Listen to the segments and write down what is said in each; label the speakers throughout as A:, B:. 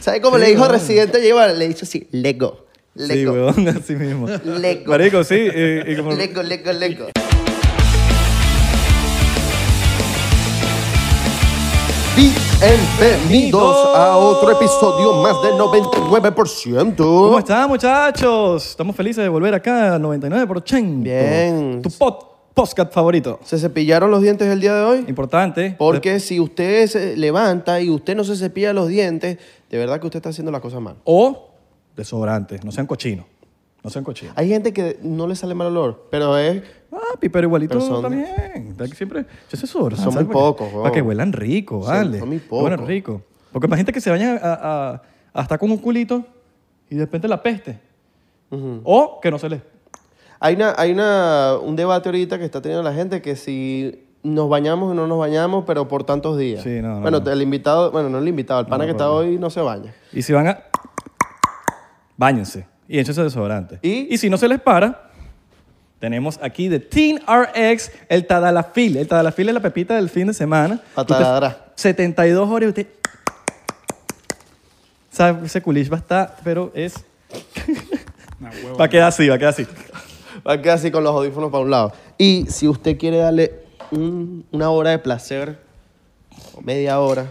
A: ¿Sabes cómo
B: Sí,
A: le dijo
B: weón.
A: Residente Evil? Le dijo así, Lego.
B: Sí,
A: Lego.
B: weón, así mismo.
A: Lego.
B: Marico, sí. Y, y como...
A: Lego, Lego, Lego. Bienvenidos a otro episodio más del 99%.
B: ¿Cómo están, muchachos? Estamos felices de volver acá, 99%.
A: Bien.
B: Tu pod- podcast favorito.
A: ¿Se cepillaron los dientes el día de hoy?
B: Em, Importante.
A: Porque si usted se levanta y usted no se cepilla los dientes, de verdad que usted está haciendo las cosas mal.
B: O desodorante. No sean cochinos. No sean cochinos.
A: Hay gente que no le sale mal olor, pero es...
B: Papi, pero igualito
A: Pero son-
B: también. Hay que Siempre, yo sé sudor.
A: Son muy pocos, weón.
B: Para que huelan rico,
A: Sí,
B: vale.
A: son muy
B: Que huelan
A: pocos.
B: rico. Porque para gente que se baña a, a- a estar con un culito y de repente la peste. O que no se les...
A: Hay, una, hay una, un debate ahorita que está teniendo la gente que si nos bañamos o no nos bañamos, pero por tantos días.
B: Sí, no, no,
A: bueno,
B: no.
A: el invitado, bueno, no el invitado, el pana que está hoy no se baña.
B: Y si van a... Báñense. Y échense desodorante.
A: ¿Y?
B: si no se les para, tenemos aquí de Teen RX el Tadalafil. El Tadalafil es la pepita del fin de semana.
A: Pa'
B: Usted-
A: tadadra.
B: 72 horas y usted... O sea, ese culish va a estar, pero es... va a quedar así, va a quedar así.
A: Va a quedar así con los audífonos para un lado. Y si usted quiere darle un- una hora de placer, o media hora,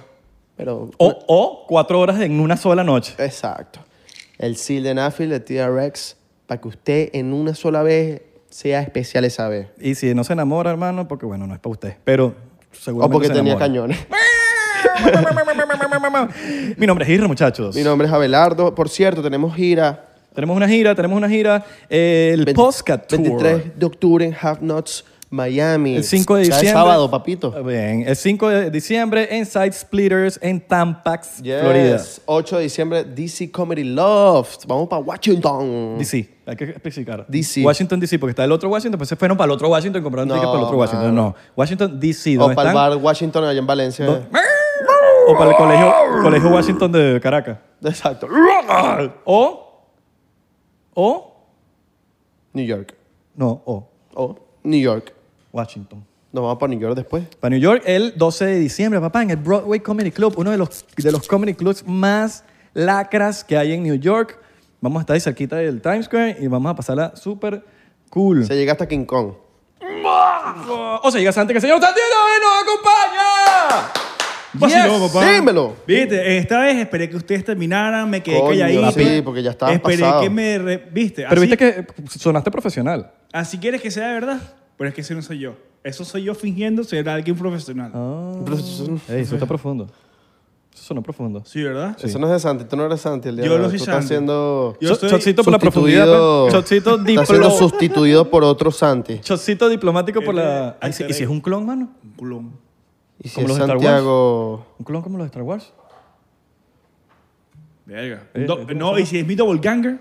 A: pero...
B: O, o cuatro horas en una sola noche.
A: Exacto. El sildenafil de TRX para que usted en una sola vez sea especial esa vez.
B: Y si no se enamora, hermano, porque bueno, no es para usted. Pero
A: O
B: seguramente
A: porque
B: se
A: tenía
B: enamora.
A: cañones.
B: Mi nombre es Irra, muchachos.
A: Mi nombre es Abelardo. Por cierto, tenemos gira
B: Tenemos una gira, tenemos una gira. eh, el
A: 20
B: Postcat Tour.
A: 23 de octubre en Half Nuts, Miami.
B: El 5 de
A: O sea, es
B: diciembre.
A: sábado, papito.
B: Bien. El 5 de diciembre en Side Splitters en Tampax,
A: Yes.
B: Florida.
A: 8 de diciembre, DC Comedy Loft. Vamos para Washington.
B: DC. Hay que especificar.
A: DC.
B: Washington, DC, porque está el otro Washington, pues se fueron para el otro Washington y compraron
A: No,
B: tickets para el otro Washington.
A: mano.
B: No. Washington, DC.
A: o
B: ¿Dónde
A: para el
B: están?
A: bar Washington allá en Valencia.
B: O para el colegio, colegio Washington de Caracas.
A: Exacto.
B: O. O.
A: New York.
B: No, o.
A: O New York.
B: Washington.
A: Nos vamos para New York después.
B: Para New York el 12 de diciembre, papá, en el Broadway Comedy Club, uno de los, de los comedy clubs más lacras que hay en New York. Vamos a estar ahí cerquita del Times Square y vamos a pasarla súper cool. Oh,
A: Se llega hasta King Kong.
B: O sea, llegas antes que el señor Santiago y nos acompaña.
C: Vaciló, papá.
A: Dímelo.
C: Viste, esta vez esperé que ustedes terminaran, me quedé
A: Coño,
C: calladito.
A: sí, porque ya estabas
C: Esperé
A: pasado.
C: que me. re- Viste,
B: Pero
C: así,
B: viste que sonaste profesional.
C: así quieres que sea de verdad, pero es que ese no soy yo. Eso soy yo fingiendo ser alguien profesional.
B: Ah. Ey, eso está profundo. Eso sonó profundo.
C: Sí, ¿verdad?
A: Eso no es de Santi, tú no eres Santi el día
C: Yo
A: de hoy.
C: lo
A: Tú
C: soy
A: estás
C: Santi.
A: siendo
C: Yo
B: Cho-
C: estoy
B: Chocito por la profundidad.
A: sustituido-
B: pues. Chocito
A: Estás siendo
B: diplo-
A: sustituido por otro Santi.
B: Chocito diplomático por la...
C: Eh,
B: Ay, sí, ¿Y si es un clon, mano?
C: Un culón.
A: Y si
B: Como
A: es
B: los de Star Wars.
A: Santiago...
B: ¿Un clon como los de Star Wars?
C: Verga.
B: Eh,
C: Do-
B: eh,
C: no, y si es mi double ganger.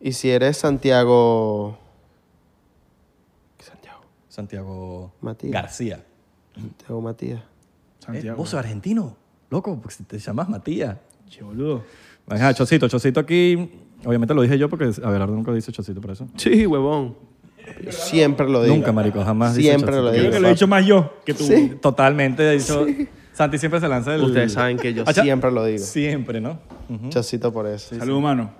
A: Y si eres Santiago... Santiago.
B: Santiago
A: Matías.
B: García.
A: Santiago Matías.
B: Eh,
C: Santiago.
B: Vos sos argentino, loco, porque si te llamas Matías.
C: Che, boludo.
B: Ajá, Chocito, Chocito aquí. Obviamente lo dije yo porque Abelardo nunca dice Chocito por eso.
A: Sí, huevón. Yo siempre lo digo.
B: Nunca, marico, jamás dice
A: Siempre
B: Chocito.
A: lo
C: Creo
A: digo.
C: que lo he dicho más yo que tú.
A: Sí.
B: Totalmente, he dicho. Santi siempre se lanza el.
A: Ustedes saben que yo
B: Ah, cha-
A: siempre lo digo.
B: Siempre, ¿no?
A: Chacito por eso.
C: Salud, mano.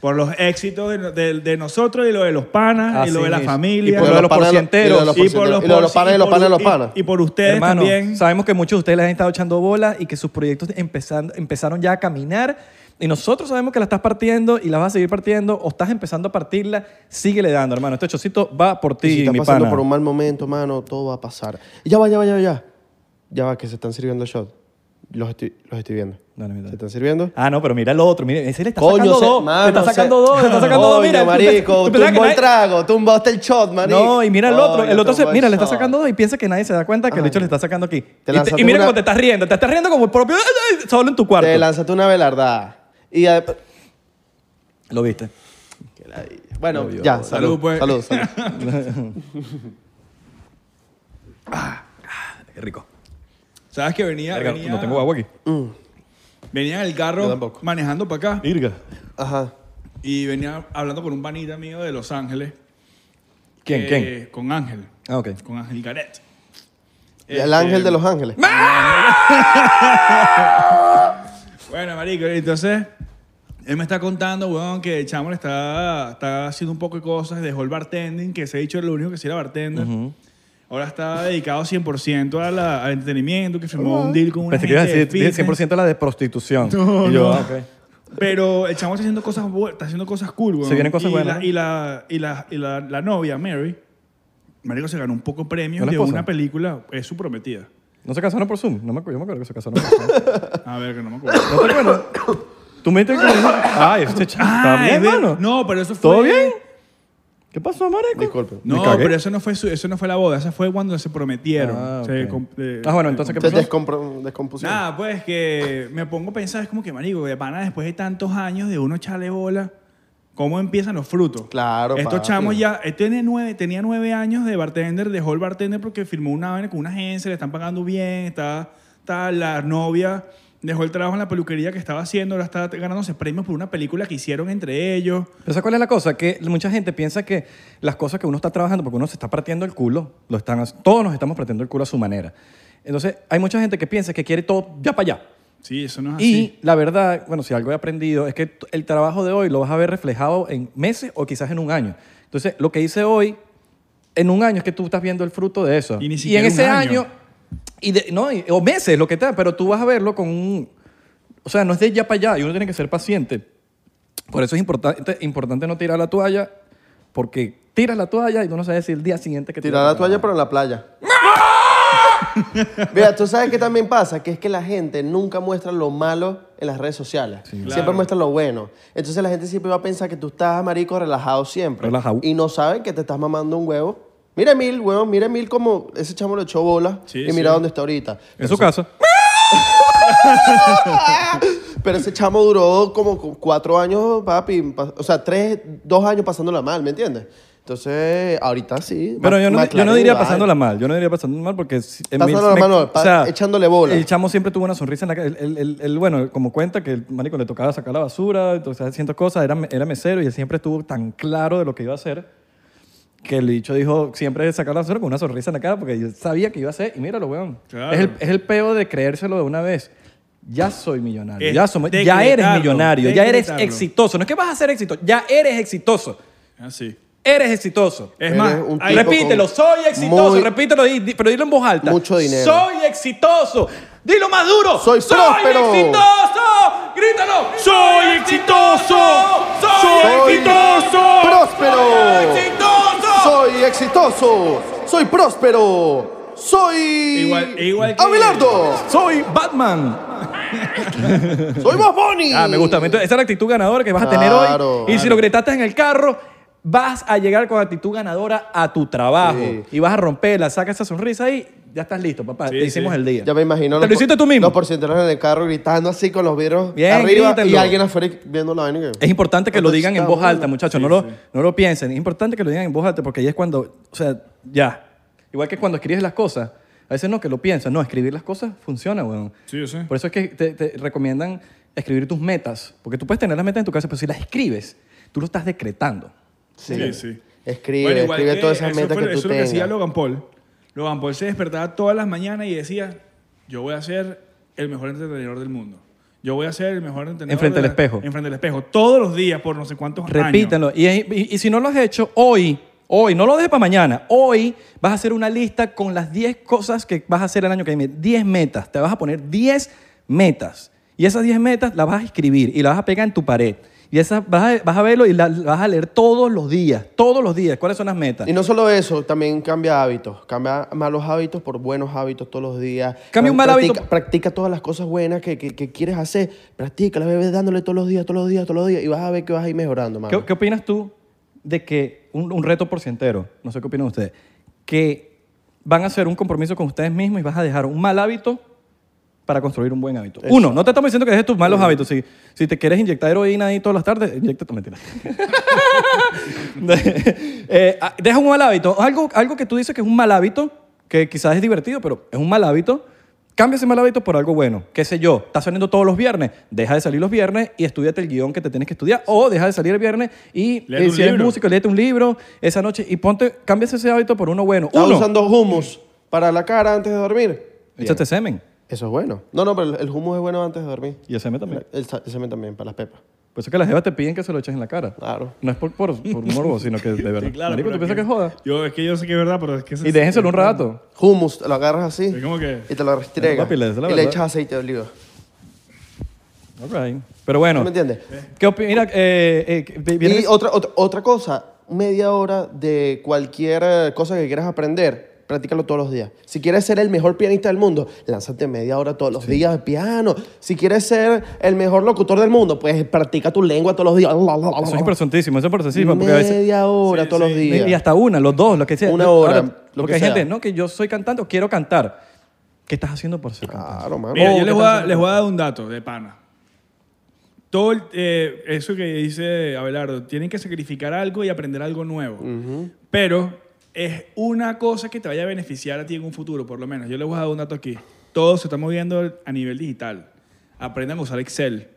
C: Por los éxitos de, no- de- de nosotros y lo de los panas
B: Así
C: y lo de la
B: mismo.
C: familia.
B: Y por lo de los
A: panas- Y
B: porcienteros.
A: lo de los
C: y por
A: porcienteros.
C: los
A: Y lo de los panes, y los panes, y los
C: y-
A: panas.
C: Y por ustedes
B: Hermano,
C: también.
B: sabemos que muchos de ustedes les han estado echando bola y que sus proyectos empezando, empezaron ya a caminar. Y nosotros sabemos que la estás partiendo y la vas a seguir partiendo o estás empezando a partirla. Síguele dando, hermano. Este chocito va por
A: Y
B: ti,
A: si estás
B: mi
A: pasando
B: pana.
A: por un mal momento, mano, todo va a pasar. Ya va, ya va, ya va, ya. Ya va, que se están sirviendo shot. Los estoy, los estoy viendo.
B: Dale, mira.
A: ¿Se están sirviendo?
B: Ah, no, pero mira el otro. Mira, ese le está
A: Coño,
B: sacando
A: se-
B: dos.
A: mano,
B: le está
A: se-
B: sacando dos, le está sacando dos.
A: Coño,
B: Mira, tú pe-
A: marico,
B: tú pensabas que
A: tumbó el
B: nadie-
A: trago, tumbaste el shot, marico.
B: No, y mira el otro.
A: Coño, Ah,
B: El otro, se,
A: tumbó el
B: mira, le está
A: shot.
B: sacando dos y piensa que nadie se da cuenta que el hecho le está sacando aquí. Y, te-
A: lanzaste
B: y mira
A: una-
B: cómo te estás riendo. Te estás riendo como el propio... Solo en tu cuarto.
A: Te lanzaste una velarda. Y eh,
B: Lo viste.
A: bueno, ya, salud,
C: Salud, pues.
A: salud, salud.
B: Qué rico.
C: ¿Sabes que venía?
B: Verga,
C: venía
B: no tengo agua aquí.
C: Venía en el
A: Yo
C: carro
A: tampoco.
C: manejando para acá
B: Virga.
A: Ajá.
C: y venía hablando con un panita mío de Los Ángeles.
B: ¿Quién?
C: que-
B: ¿Quién?
C: Con Ángel.
B: Ah, ok.
C: Con Ángel Garet. Este,
A: El ángel de los ángeles.
C: Bueno, marico, entonces él me está contando, weón, que el chamo le está, está haciendo un poco de cosas, dejó el bartending, que se ha dicho era lo único que sí era bartender. Ahora está dedicado 100% a la- al entretenimiento, que firmó un deal con una
B: Pensé que ibas a
C: gente de
B: decir tienes
C: fitness.
B: 100% la de prostitución.
C: No,
B: y yo,
C: no.
B: ah, ok.
C: Pero el chamo está haciendo cosas buenas, está haciendo cosas cool, weón.
B: Se vienen cosas
C: y
B: buenas.
C: La, y la, y la, y la, la novia, Mary, marico, se ganó un poco de premios
B: ¿No la
C: de
B: esposa?
C: una película, es su prometida.
B: No se casaron por Zoom. No me acuerdo, yo me acuerdo que se casaron por Zoom.
C: A ver, que no me acuerdo.
B: ¿No te acuerdas? Tú me dijiste que... Ay, este chavo está
C: Ah,
B: bien,
C: es ver-
B: mano.
C: No, pero eso fue...
B: ¿Todo bien? ¿Qué pasó, marico?
A: Disculpe.
B: Me
C: No,
B: cagué.
C: pero eso no fue su- eso no fue la boda, esa fue cuando se prometieron.
B: Ah,
C: Se
B: ok.
C: com- eh,
B: Ah, bueno,
C: se
B: entonces, ¿qué
A: Se
B: pasó?
A: descompro- descompusieron.
C: Nada, pues que me pongo a pensar, es como que, marico, de pana, después de tantos años de uno echarle bola, ¿cómo empiezan los frutos?
A: Claro,
C: Estos
A: papi.
C: chamos ya, él tiene nueve, tenía nueve años de bartender, dejó el bartender porque firmó una vaina con una agencia, le están pagando bien, está, está la novia, dejó el trabajo en la peluquería que estaba haciendo, ahora está ganándose premios por una película que hicieron entre ellos.
B: Pero ¿sabes cuál es la cosa? Que mucha gente piensa que las cosas que uno está trabajando, porque uno se está partiendo el culo, lo están, todos nos estamos partiendo el culo a su manera. Entonces, hay mucha gente que piensa que quiere todo ya para allá.
C: Ah, Sí, eso no es
B: Y
C: así.
B: la verdad, bueno, si algo he aprendido es que t- el trabajo de hoy lo vas a ver reflejado en meses o quizás en un año. Entonces, lo que hice hoy, en un año es que tú estás viendo el fruto de eso.
C: Y ni siquiera
B: en
C: un
B: ese
C: año.
B: y de- no, y- o meses, lo que sea, pero tú vas a verlo con un... O sea, no es de ya para allá y uno tiene que ser paciente. Por eso es importante, importante no tirar la toalla, porque tiras la toalla y tú no sabes si el día siguiente que
A: Tirar la toalla, pero en la playa.
C: ¡Ah!
A: Mira, tú sabes que también pasa, que es que la gente nunca muestra lo malo en las redes sociales. Siempre
C: Claro.
A: muestra lo bueno. Entonces la gente siempre va a pensar que tú estás, marico, relajado siempre.
B: Relajado.
A: Y no saben que te estás mamando un huevo. Mira Emil, huevón, mira Emil como ese chamo le echó bola
C: Sí,
A: y mira
C: sí.
A: dónde está ahorita.
B: En su caso.
A: Pero ese chamo duró como cu- cuatro años, papi. pa- O sea, tres, dos años pasándola mal, ¿me entiendes? Entonces, ahorita sí.
B: Pero
A: Ma-
B: yo no, yo no
A: McLaren,
B: diría
A: vaina.
B: pasándola mal, yo no diría pasándola mal porque... si- Emil
A: Pasándola
B: me-
A: mal, no, pa- echándole bola.
B: El chamo siempre tuvo una sonrisa en la cara. Él, él- él- él, bueno, como cuenta que el marico le tocaba sacar la basura, entonces haciendo cosas, era, era mesero y él siempre estuvo tan claro de lo que iba a hacer que el dicho dijo siempre sacar la basura con una sonrisa en la cara porque yo sabía que iba a hacer y míralo, weón.
C: Claro.
B: Es, el, es el peo de creérselo de una vez. Ya soy millonario,
C: Es
B: ya, somos- ya eres
C: decretarlo,
B: millonario, ya eres
C: decretarlo.
B: exitoso. No es que vas a ser exitoso, ya eres exitoso.
C: Así.
B: Eres exitoso.
C: Es
A: Eres
C: más,
A: un
C: hay-
A: tipo
B: Repítelo,
A: con
B: soy exitoso.
A: muy-
B: Repítelo, di- di- pero dilo en voz alta.
A: Mucho dinero.
B: Soy exitoso. Dilo más duro.
A: Soy próspero.
B: exitoso. Grítalo.
C: ¡Soy exitoso!
A: Soy
C: ¡Soy exitoso!
A: próspero.
B: exitoso.
A: Soy exitoso, soy próspero, soy
C: Igual- igual que-
A: Abelardo,
B: Soy Batman.
A: soy más Bonnie.
B: Ah, me gusta. Entonces, esa es la actitud ganadora que vas a tener
A: Claro,
B: hoy. Y si lo gritaste en el carro, vas a llegar con actitud ganadora a tu trabajo.
A: Sí.
B: Y vas a romperla. Saca esa sonrisa ahí. Ya estás listo, papá.
C: Sí,
B: Te hicimos
C: sí.
B: el día.
A: Ya me imagino.
B: Te lo
A: los-
B: hiciste tú mismo.
A: Los porcenteros en el carro gritando así con los vidrios
B: Bien,
A: arriba y
B: grítenlo.
A: alguien afuera viendo la vaina. que-
B: Es importante que lo
A: Entonces,
B: digan en
A: está
B: voz
A: bueno.
B: alta, muchachos. no, lo, no lo piensen. Es importante que lo digan en voz alta porque ahí es cuando, o sea, ya. Igual que cuando escribes las cosas. A veces no, que lo piensas. No, escribir las cosas funciona, weón.
C: Sí, yo sé.
B: Por eso es que te, te recomiendan escribir tus metas. Porque tú puedes tener las metas en tu casa, pero si las escribes, tú lo estás decretando.
A: Sí,
C: Sí, sí.
A: Escribe,
C: Bueno, igual
A: escribe
C: que
A: todas esas
C: eso
A: metas
C: fue-
A: que
C: eso
A: tú
C: es lo que hacía
A: tengas.
C: Logan Paul. Logan Paul se despertaba todas las mañanas y decía, yo voy a ser el mejor entrenador del mundo. Yo voy a ser el mejor entrenador.
B: Enfrente
C: de
B: al
C: la-
B: espejo.
C: Enfrente al espejo. Todos los días por no sé cuántos años.
B: Repítanlo. Y, y- y si no lo has hecho, hoy, hoy, no lo dejes para mañana. Hoy vas a hacer una lista con las 10 cosas que vas a hacer el año que viene. 10 metas. Te vas a poner 10 metas. Y esas 10 metas las vas a escribir y las vas a pegar en tu pared. Y esas vas a, vas a verlo y las vas a leer todos los días. Todos los días. ¿Cuáles son las metas?
A: Y no solo eso, también cambia hábitos. Cambia malos hábitos por buenos hábitos todos los días.
B: Cambia un mal
A: Practica-
B: hábito.
A: Practica todas las cosas buenas que, que, que quieres hacer. Practícalas, bebé, dándole todos los días, todos los días, todos los días. Y vas a ver que vas a ir mejorando, mano.
B: ¿Qué, qué opinas tú de que un, un reto porcientero, no sé qué opinan ustedes, que van a hacer un compromiso con ustedes mismos y vas a dejar un mal hábito para construir un buen hábito?
A: Eso.
B: Uno, no te estamos diciendo que dejes tus malos hábitos. Si, si te quieres inyectar heroína ahí todas las tardes, inyecta tu mentira. Eh, ah, deja un mal hábito. Algo, algo que tú dices que es un mal hábito, que quizás es divertido, pero es un mal hábito. Cambia ese mal hábito por algo bueno. ¿Qué sé yo? Estás saliendo todos los viernes. Deja de salir los viernes y estudiate el guión que te tienes que estudiar. O deja de salir el viernes y
C: Léete
B: eh,
C: un
B: si eres
C: libro.
B: músico, léete un libro esa noche y ponte, cambias ese hábito por uno bueno.
A: ¿Estás
B: uno,
A: usando humus para la cara antes de dormir?
B: échate semen.
A: Eso es bueno. No, no, pero el- el hummus es bueno antes de dormir.
B: Y el semen también.
A: El, sa- el semen también, para las pepas.
B: Por eso es que las jevas te piden que se lo eches en la cara.
A: Claro.
B: No es por, por, por morbo, sino que de verdad.
C: Sí, claro,
B: Marico,
C: pero
B: ¿tú piensas que
C: es
B: es joda?
C: Yo, es que yo sé que es verdad, pero es que...
B: Y déjenselo un rato.
A: Hummus, lo agarras así
C: Es como que...
A: y te lo restregas.
B: Papi, le des la
A: y le
B: verdad.
A: echas aceite de oliva.
B: All right. Pero bueno.
A: ¿Me entiendes?
B: ¿Qué opinas? Mira, eh, eh, que- vi- vienes-
A: Y oh, otra, otra, otra cosa, media hora de cualquier eh, cosa que quieras aprender, practícalo todos los días. Si quieres ser el mejor pianista del mundo, lánzate media hora todos los días de piano. Si quieres ser el mejor locutor del mundo, pues practica tu lengua todos los días.
B: eso es importantísimo, eso es importantísimo. Porque a veces.
A: media hora todos los días.
B: Y hasta una, los dos, lo que sea.
A: Una
B: No,
A: hora,
B: ahora,
A: lo
B: porque
A: que
B: hay
A: sea.
B: gente, ¿no? Que yo soy cantante o quiero cantar. ¿Qué estás haciendo por ser cantante?
A: Claro, mano.
C: Mira,
B: Oh,
C: yo
B: ¿qué
C: les voy, a,
B: tal?
C: les voy a dar un dato de pana. Todo el- eh, eso que dice Abelardo, tienen que sacrificar algo y aprender algo nuevo. Pero es una cosa que te vaya a beneficiar a ti en un futuro, por lo menos. Yo les voy a dar un dato aquí. Todo se está moviendo a nivel digital. Aprendan a usar Excel.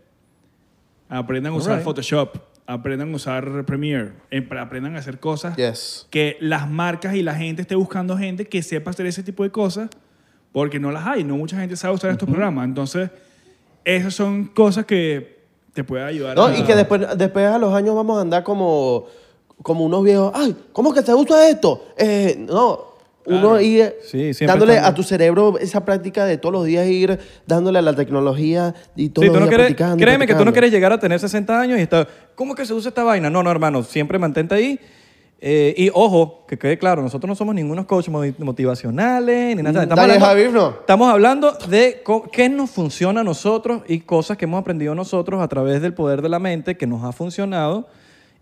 C: Aprendan a usar
B: Alright.
C: Photoshop. Aprendan a usar Premiere. eh, Aprendan a hacer cosas
A: Yes.
C: que las marcas y la gente esté buscando gente que sepa hacer ese tipo de cosas, porque no las hay, no mucha gente sabe usar estos programas. Entonces, esas son cosas que te pueden ayudar.
A: No,
C: a-
A: y que después, después a los años vamos a andar como, como unos viejos. Ay, ¿cómo que se usa esto? Eh, no. Uno ir
B: Sí, siempre
A: dándole
B: estamos-
A: a tu cerebro esa práctica de todos los días ir dándole a la tecnología y todo
B: Sí, tú no quieres-
A: practicando.
B: créeme que tú no
A: practicando.
B: quieres llegar a tener 60 años y estar, ¿cómo que se usa esta vaina? No, no, hermano, siempre mantente ahí. Eh, y ojo, que quede claro, nosotros no somos ningunos coaches movi- motivacionales ni nada.
A: Mm, dale, Javier, no.
B: estamos hablando de co- qué nos funciona a nosotros y cosas que hemos aprendido nosotros a través del poder de la mente que nos ha funcionado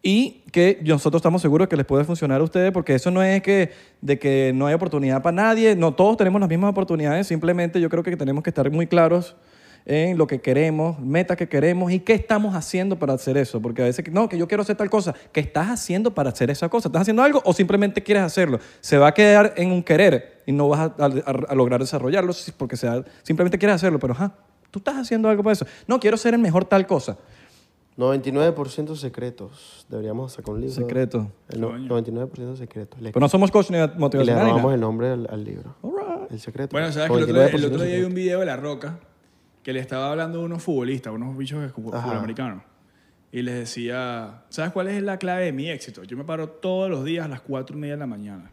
B: y que nosotros estamos seguros que les puede funcionar a ustedes porque eso no es que de que no hay oportunidad para nadie, no todos tenemos las mismas oportunidades, simplemente yo creo que tenemos que estar muy claros en lo que queremos, metas que queremos y qué estamos haciendo para hacer eso. Porque a veces, no, que yo quiero hacer tal cosa. ¿Qué estás haciendo para hacer esa cosa? ¿Estás haciendo algo o simplemente quieres hacerlo? Se va a quedar en un querer y no vas a, a- a lograr desarrollarlo si- porque se da- simplemente quieres hacerlo. Pero, ajá, tú estás haciendo algo para eso. No, quiero ser el mejor tal cosa.
A: 99% secretos. Deberíamos sacar un libro.
B: Secreto.
A: El no- 99% secretos. Le,
B: Pero no somos coach ni Oh.
A: y le
B: motivacionales.
A: robamos el nombre al, al libro. El secreto.
C: Bueno, sabes que el otro, día, el
A: 99%
C: otro día
A: secretos.
C: vi un video de La Roca que le estaba hablando a unos futbolistas, unos bichos de fútbol
A: Ajá.
C: fútbol americano. Y les decía, ¿sabes cuál es la clave de mi éxito? Yo me paro todos los días a las 4 y media de la mañana.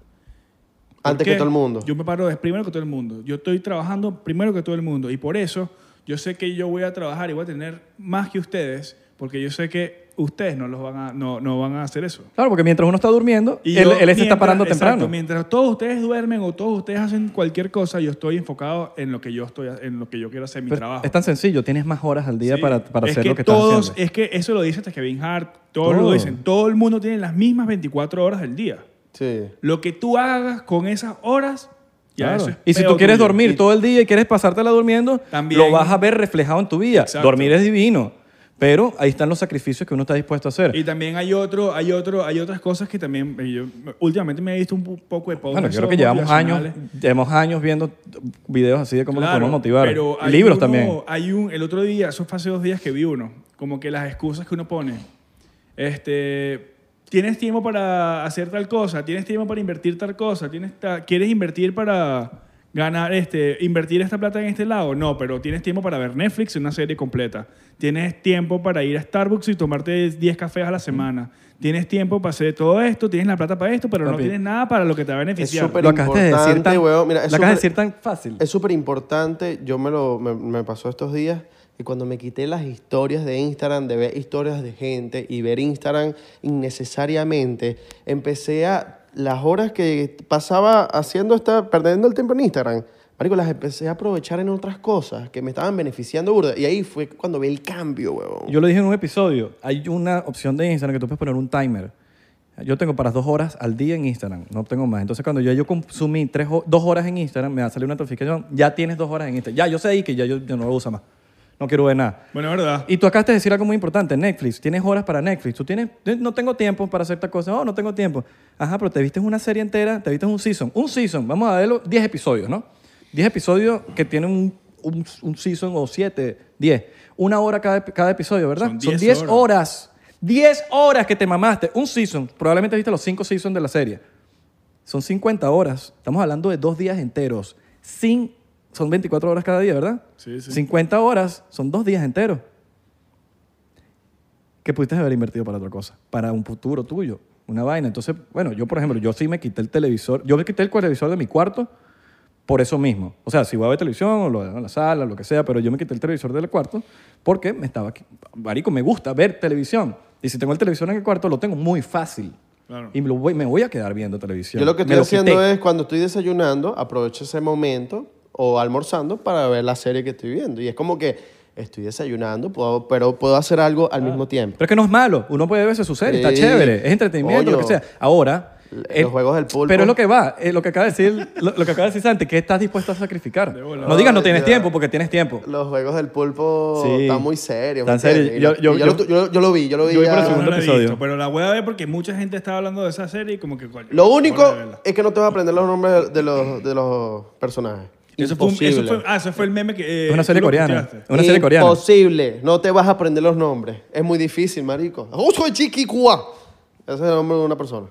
C: ¿Por
A: Antes
C: qué?
A: que todo el mundo.
C: Yo me paro de- primero que todo el mundo. Yo estoy trabajando primero que todo el mundo. Y por eso yo sé que yo voy a trabajar y voy a tener más que ustedes, porque yo sé que ustedes no, los van, a, no, no van a hacer eso.
B: Claro, porque mientras uno está durmiendo,
C: Y
B: él,
C: yo,
B: él se está
C: mientras-
B: parando
C: exacto,
B: temprano.
C: mientras todos ustedes duermen o todos ustedes hacen cualquier cosa, yo estoy enfocado en lo que yo, estoy, en lo que yo quiero hacer, mi
B: Pero
C: trabajo.
B: Es tan sencillo, tienes más horas al día
C: Sí.
B: para, para
C: Es
B: hacer lo que
C: todos,
B: estás haciendo.
C: Es que eso lo dice hasta Kevin Hart, todos lo
B: Todo.
C: dicen. Todo el mundo tiene las mismas 24 horas del día.
A: Sí.
C: Lo que tú hagas con esas horas, ya
B: Claro.
C: eso es
B: y si
C: peo
B: tú quieres
C: tuyo.
B: dormir
C: Y-
B: todo el día y quieres pasártela durmiendo,
C: También.
B: lo vas a ver reflejado en tu vida.
C: Exacto.
B: Dormir es divino, pero ahí están los sacrificios que uno está dispuesto a hacer.
C: Y también hay otro, hay otro, hay otras cosas que también eh, yo últimamente me he visto un po- poco de posts.
B: bueno, yo creo
C: esos
B: que llevamos años,
C: motivacionales.
B: llevamos años viendo videos así de cómo
C: Claro,
B: nos podemos motivar.
C: pero
B: Y
C: hay
B: libros
C: uno-
B: también.
C: Hay un, el otro día, eso fue hace dos días que vi uno, como que las excusas que uno pone. Este, tienes tiempo para hacer tal cosa, tienes tiempo para invertir tal cosa, ¿Tienes ta- quieres invertir para ganar, este, invertir esta plata en este lado. No, pero tienes tiempo para ver Netflix y una serie completa. Tienes tiempo para ir a Starbucks y tomarte 10 cafés a la semana. Tienes tiempo para hacer todo esto, tienes la plata para esto, pero no
B: Papi.
C: tienes nada para lo que te va a beneficiar.
A: súper
B: Lo acabaste de decir
A: importante,
B: tan,
A: weón, mira, es
B: lo acabas de
A: súper-
B: decir tan fácil.
A: Es súper importante. Yo me lo me, me pasó estos días y cuando me quité las historias de Instagram, de ver historias de gente y ver Instagram innecesariamente, empecé a las horas que pasaba haciendo esta, perdiendo el tiempo en Instagram. Marico, las empecé a aprovechar en otras cosas que me estaban beneficiando burda. Y ahí fue cuando vi el cambio, huevón.
B: Yo lo dije en un episodio. Hay una opción de Instagram que tú puedes poner un timer. Yo tengo para dos horas al día en Instagram, no tengo más. Entonces, cuando ya yo consumí tres, ho- dos horas en Instagram, me va a salir una notificación, ya tienes dos horas en Instagram. Ya, yo sé ahí que ya yo, yo no lo uso más. No quiero ver nada.
C: Bueno, es verdad.
B: Y tú acabaste de decir algo muy importante, Netflix. Tienes horas para Netflix. Tú tienes, no tengo tiempo para hacer tal cosa. Oh, no tengo tiempo. Ajá, pero te viste una serie entera, te viste un season. Un season, vamos a verlo, 10 episodios, ¿no? 10 episodios que tienen un, un, un season o 7, 10. Una hora cada, cada episodio, ¿verdad?
C: Son
B: Son
C: 10
B: 10
C: horas.
B: horas. 10 horas que te mamaste. Un season. Probablemente viste los 5 seasons de la serie. Son 50 horas. Estamos hablando de dos días enteros. Sin, son 24 horas cada día, ¿verdad?
C: Sí, sí.
B: 50 horas son dos días enteros. Que pudiste haber invertido para otra cosa, para un futuro tuyo, una vaina. Entonces, bueno, yo, por ejemplo, yo sí me quité el televisor, yo me quité el televisor de mi cuarto por eso mismo. O sea, si voy a ver televisión, o lo dejo en la sala, lo que sea, pero yo me quité el televisor del cuarto porque me estaba aquí. Marico, me gusta ver televisión. Y si tengo el televisor en el cuarto, lo tengo muy fácil.
C: Claro.
B: Y me, lo voy, me voy a quedar viendo televisión.
A: Yo lo que
B: Me
A: estoy haciendo
B: quité.
A: es cuando estoy desayunando, aprovecho ese momento o almorzando para ver la serie que estoy viendo. Y es como que estoy desayunando, puedo- pero puedo hacer algo
B: Ah.
A: al mismo tiempo.
B: Pero es que no es malo. Uno puede verse su serie, está
A: Sí.
B: chévere, es entretenimiento, lo que
A: Coño.
B: sea. Ahora.
A: L-
B: eh,
A: los juegos del pulpo.
B: Pero es lo que va, eh, lo que acaba de decir, lo, lo que acaba de decir Santi, que estás dispuesto a sacrificar.
C: De bola.
B: No digas no tienes
A: Ya.
B: tiempo porque tienes tiempo.
A: Los juegos del pulpo
B: Sí.
A: están muy serios. ¿me
B: Están serios.
A: entiendes? Y lo-
B: Yo-
A: y
B: yo-
A: Yo, lo- yo- yo lo vi, yo lo vi.
B: yo voy por
A: ya.
B: el
C: Yo no
B: segundo
C: la he
B: episodio.
C: visto, pero la voy a ver porque mucha gente estaba hablando de esa serie y como que coño.
A: Lo
C: voy a
A: único
C: verla.
A: es que no te vas a aprender los nombres de los, de los personajes.
C: Eso fue, un- eso
A: Imposible.
C: fue, ah, eso fue el meme que. eh,
B: Es una serie
C: tú lo
B: coreana.
C: posteaste.
B: Es una serie coreana.
A: Imposible. No te vas a aprender los nombres. Es muy difícil, marico. Uso Chiquicua. Ese es el nombre de una persona.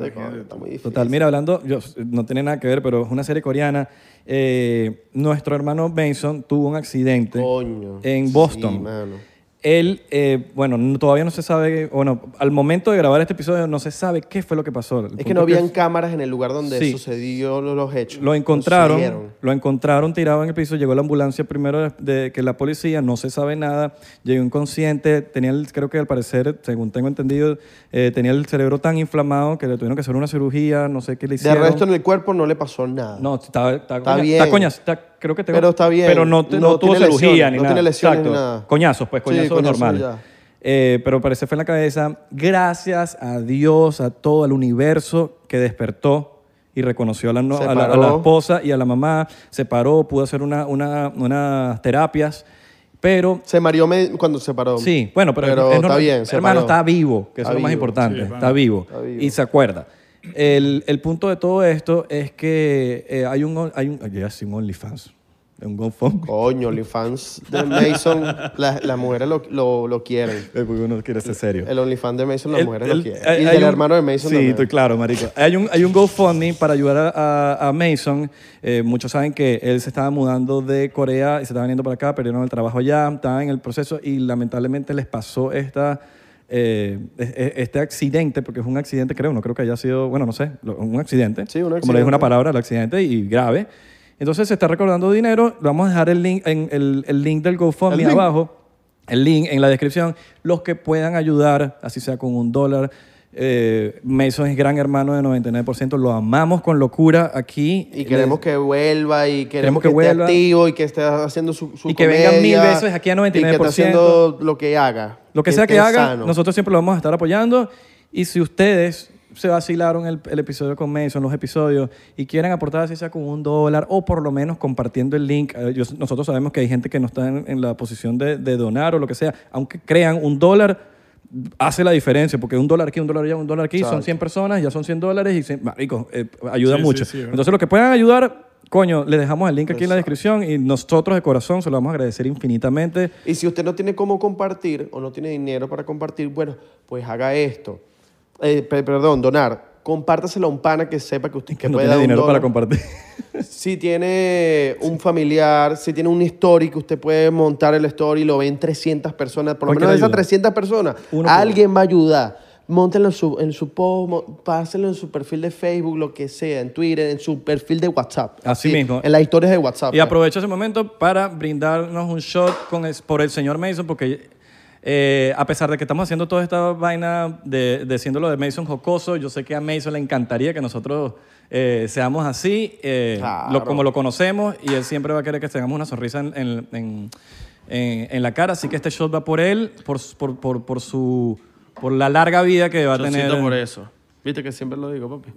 A: Ay, coño, Está muy difícil.
B: Total, mira, hablando, yo, no tiene nada que ver, pero es una serie coreana. Eh, nuestro hermano Benson tuvo un accidente
A: Coño.
B: en Boston.
A: Sí, mano.
B: Él, eh, bueno, no- todavía no se sabe, bueno, al momento de grabar este episodio no se sabe qué fue lo que pasó. El
A: Es que
B: punto
A: no habían cámaras en el lugar donde
B: Sí.
A: sucedió lo- los hechos.
B: Lo encontraron,
A: Sucedieron.
B: lo encontraron tirado en el piso, llegó la ambulancia primero de, de que la policía, no se sabe nada, llegó inconsciente, tenía, el- creo que al parecer, según tengo entendido, eh, tenía el cerebro tan inflamado que le tuvieron que hacer una cirugía, no sé qué le
A: De
B: hicieron.
A: resto en el cuerpo no le pasó nada.
B: No, está, está,
A: Está
B: coña-
A: bien.
B: está coña- está- creo que tengo-
A: Pero está bien.
B: Pero no, te- no
A: No
B: tuvo
A: tiene
B: cirugía
A: lesiones,
B: ni
A: no
B: nada.
A: tiene lesiones ni
B: Exacto.
A: nada.
B: Coñazos, pues,
A: Sí,
B: coñazos
A: coñazos,
B: normales.
A: ya.
B: Eh, pero parece fue en la cabeza. Gracias a Dios, a todo el universo que despertó y reconoció a la, no-
A: Se
B: a la- a la
A: paró.
B: esposa y a la mamá. Se paró, pudo hacer una, una- unas terapias. Pero
A: Se mareó me- cuando se paró.
B: Sí, bueno, pero, es
A: está
B: normal.
A: bien. se
B: hermano,
A: paró.
B: está vivo, que
A: Está
B: eso es lo más
A: vivo.
B: importante.
C: Sí, hermano.
B: está, vivo.
A: Está vivo.
B: Y se acuerda. El, el punto de todo esto es que eh, hay un... on- Hay un ay, ya, sí, un OnlyFans. Un GoFundMe.
A: Coño, los fans de Mason, las las mujeres lo, lo, lo quieren.
B: Eh, Porque uno quiere ser serio.
A: El OnlyFans de Mason, las
B: El-
A: mujeres
B: el-
A: lo quieren.
B: hay-
A: y
B: hay
A: del
B: un-
A: hermano de Mason
B: Sí,
A: también.
B: estoy claro, marico. Hay un, hay un GoFundMe para ayudar a, a- a Mason. Eh, muchos saben que él se estaba mudando de Corea y se estaba viniendo para acá, perdieron el trabajo allá, estaban en el proceso y lamentablemente les pasó esta... eh, es- es- este accidente, porque es un accidente, creo, no creo que haya sido, bueno, no sé, lo- un accidente.
A: Sí, un
B: Como le dije una
A: accidente.
B: palabra, el accidente y grave. Entonces se está recordando dinero. Vamos a dejar el link, en, el, el link del GoFundMe
A: El link.
B: abajo, el link en la descripción. Los que puedan ayudar, así sea con un dólar. Eh, Mason es gran hermano de 99%. Lo amamos con locura aquí.
A: Y queremos que vuelva y queremos,
B: Queremos que
A: que,
B: vuelva.
A: esté activo y que esté haciendo su, su
B: Y que vengan
A: comedia,
B: mil veces aquí a 99%.
A: Y que esté haciendo lo que haga.
B: Lo que sea que
A: esté
B: haga,
A: sano.
B: nosotros siempre lo vamos a estar apoyando. Y si ustedes se vacilaron el, el episodio con Mason, los episodios, y quieren aportar así sea con un dólar o por lo menos compartiendo el link, eh, yo- nosotros sabemos que hay gente que no está en, en la posición de, de donar o lo que sea, aunque crean un dólar hace la diferencia, porque un dólar aquí, un dólar allá, un dólar aquí, son
A: Exacto.
B: 100 personas, ya son 100 dólares y, se- marico, eh, ayuda
C: Sí, sí,
B: mucho.
C: sí, es verdad.
B: Entonces, los que puedan ayudar, coño, les dejamos el link aquí en la descripción y nosotros de corazón se lo vamos a agradecer infinitamente.
A: Y si usted no tiene cómo compartir o no tiene dinero para compartir, bueno, pues haga esto. Eh, pe- perdón, donar. Compártaselo a un pana que sepa que usted que
B: no
A: puede
B: tiene
A: dar un
B: dinero para
A: dólar.
B: compartir.
A: Si tiene un familiar, si tiene un story que usted puede montar el story y lo ven 300 personas, por lo
B: Cualquier
A: menos de esas
B: ayuda.
A: 300 personas,
B: Uno por
A: alguien va a ayudar. Móntenlo en su, en su post, mo- pásenlo en su perfil de Facebook, lo que sea, en Twitter, en su perfil de WhatsApp.
B: Así mismo.
A: En las historias de WhatsApp. pues.
B: Y aprovecho ese momento para brindarnos un shot con el- por el señor Mason, porque eh, a pesar de que estamos haciendo toda esta vaina de, de siendo lo de Mason jocoso, yo sé que a Mason le encantaría que nosotros eh, seamos así, eh,
A: Claro.
B: lo- como lo conocemos, y él siempre va a querer que tengamos una sonrisa en, en- en- en- en la cara, así que este shot va por él, por, su- por, por- por su... Por la larga vida que va a tener. eh,
A: eso. Viste que siempre lo digo, papi.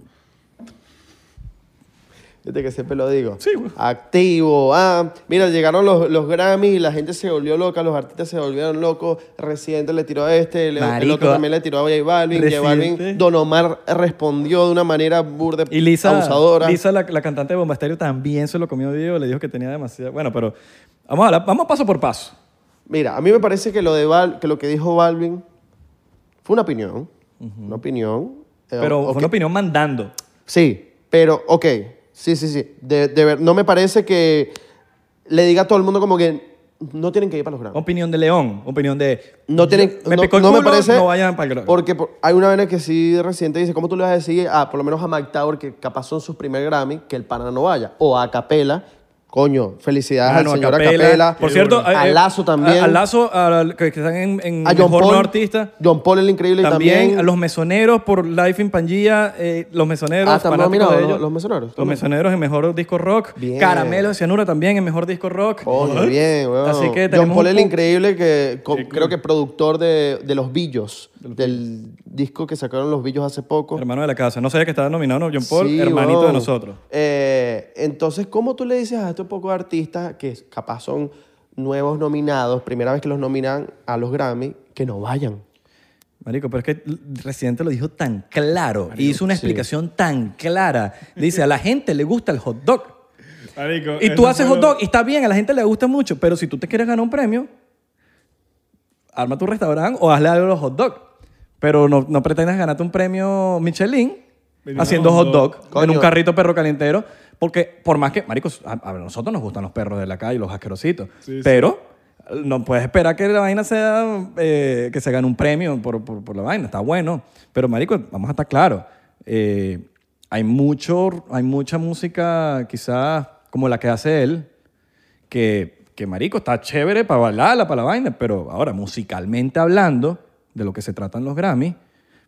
A: Viste que siempre lo digo.
B: Sí, güey.
A: Activo. Ah, mira, llegaron los, los Grammys y la gente se volvió loca, los artistas se volvieron locos. Residente le tiró a este, le- el
B: Marico,
A: otro también le tiró a J Balvin. J
B: Residente.
A: Balvin, Don Omar respondió de una manera burda,
B: Y Lisa,
A: abusadora.
B: Lisa, la, la cantante de Bombasterio, también se lo comió vivo. Le dijo que tenía demasiado... Bueno, pero vamos, a hablar- vamos paso por paso.
A: Mira, a mí me parece que lo, de Bal- que, lo que dijo Balvin fue una opinión. Una opinión. eh,
B: Pero
A: ok.
B: fue una opinión mandando.
A: Sí, pero, ok. Sí, sí, sí. De, de ver- no me parece que le diga a todo el mundo como que no tienen que ir para los Grammys.
B: Opinión de León, opinión de...
A: No tienen,
B: Me
A: no,
B: picó el
A: no me
B: culo,
A: parece.
B: no vayan para el Grammy.
A: Porque por- hay una vena que sí reciente dice, ¿cómo tú le vas a decir, a, por lo menos a Mike Tower, que capaz son sus primer Grammy, que el pana no vaya? O a Capela, coño, felicidades
B: Mano,
A: al señor Acapela.
B: Por cierto,
A: a,
B: eh, eh,
A: Lazo también.
B: A, a Lazo, a- que, que están en, en
A: a John
B: Mejor
A: Paul.
B: No Artista.
A: John Paul el increíble
B: También,
A: y también.
B: a los mesoneros por Life in Pangía, eh, los mesoneros.
A: Ah, están
B: fanáticos
A: nominados,
B: de
A: ¿no?
B: ellos.
A: Los Mesoneros,
B: Los
A: también.
B: mesoneros en mejor disco rock.
A: Bien.
B: Caramelo de Cianura también en mejor disco rock.
A: Coño, bien, weón.
B: Así que
A: John
B: tenemos
A: Paul
B: un
A: el
B: pu-
A: increíble, que co- creo que productor de, de Los Billos, del disco que sacaron Los Billos hace poco.
B: Hermano de la casa. No sabía que estaba nominado ¿no? John Paul,
A: Sí,
B: hermanito de
A: weón.
B: nosotros.
A: Eh, entonces, ¿cómo tú le dices a estos pocos artistas que capaz son nuevos nominados, primera vez que los nominan a los Grammy, que no vayan?
B: Marico, pero es que l- Residente lo dijo tan claro y hizo una explicación tan clara. Dice, a la gente le gusta el hot dog.
C: Marico,
B: Y
C: eso
B: tú haces
C: fue
B: hot
C: lo-
B: dog y está bien, a la gente le gusta mucho, pero si tú te quieres ganar un premio, arma tu restaurante o hazle algo a los hot dog. Pero no, no pretendas ganarte un premio Michelin
C: Vendiendo
B: haciendo
C: hot
B: hot dog, en
A: Coño.
B: un carrito perro calientero, porque por más que, maricos, a, a nosotros nos gustan los perros de la calle, los asquerositos,
C: Sí, sí.
B: pero no puedes esperar que la vaina sea, eh, que se gane un premio por, por- por la vaina, está bueno. Pero, marico, vamos a estar claros, eh, hay, mucho, hay mucha música quizás como la que hace él, que, que marico, está chévere para bailarla, para la vaina, pero ahora musicalmente hablando, de lo que se tratan los Grammys,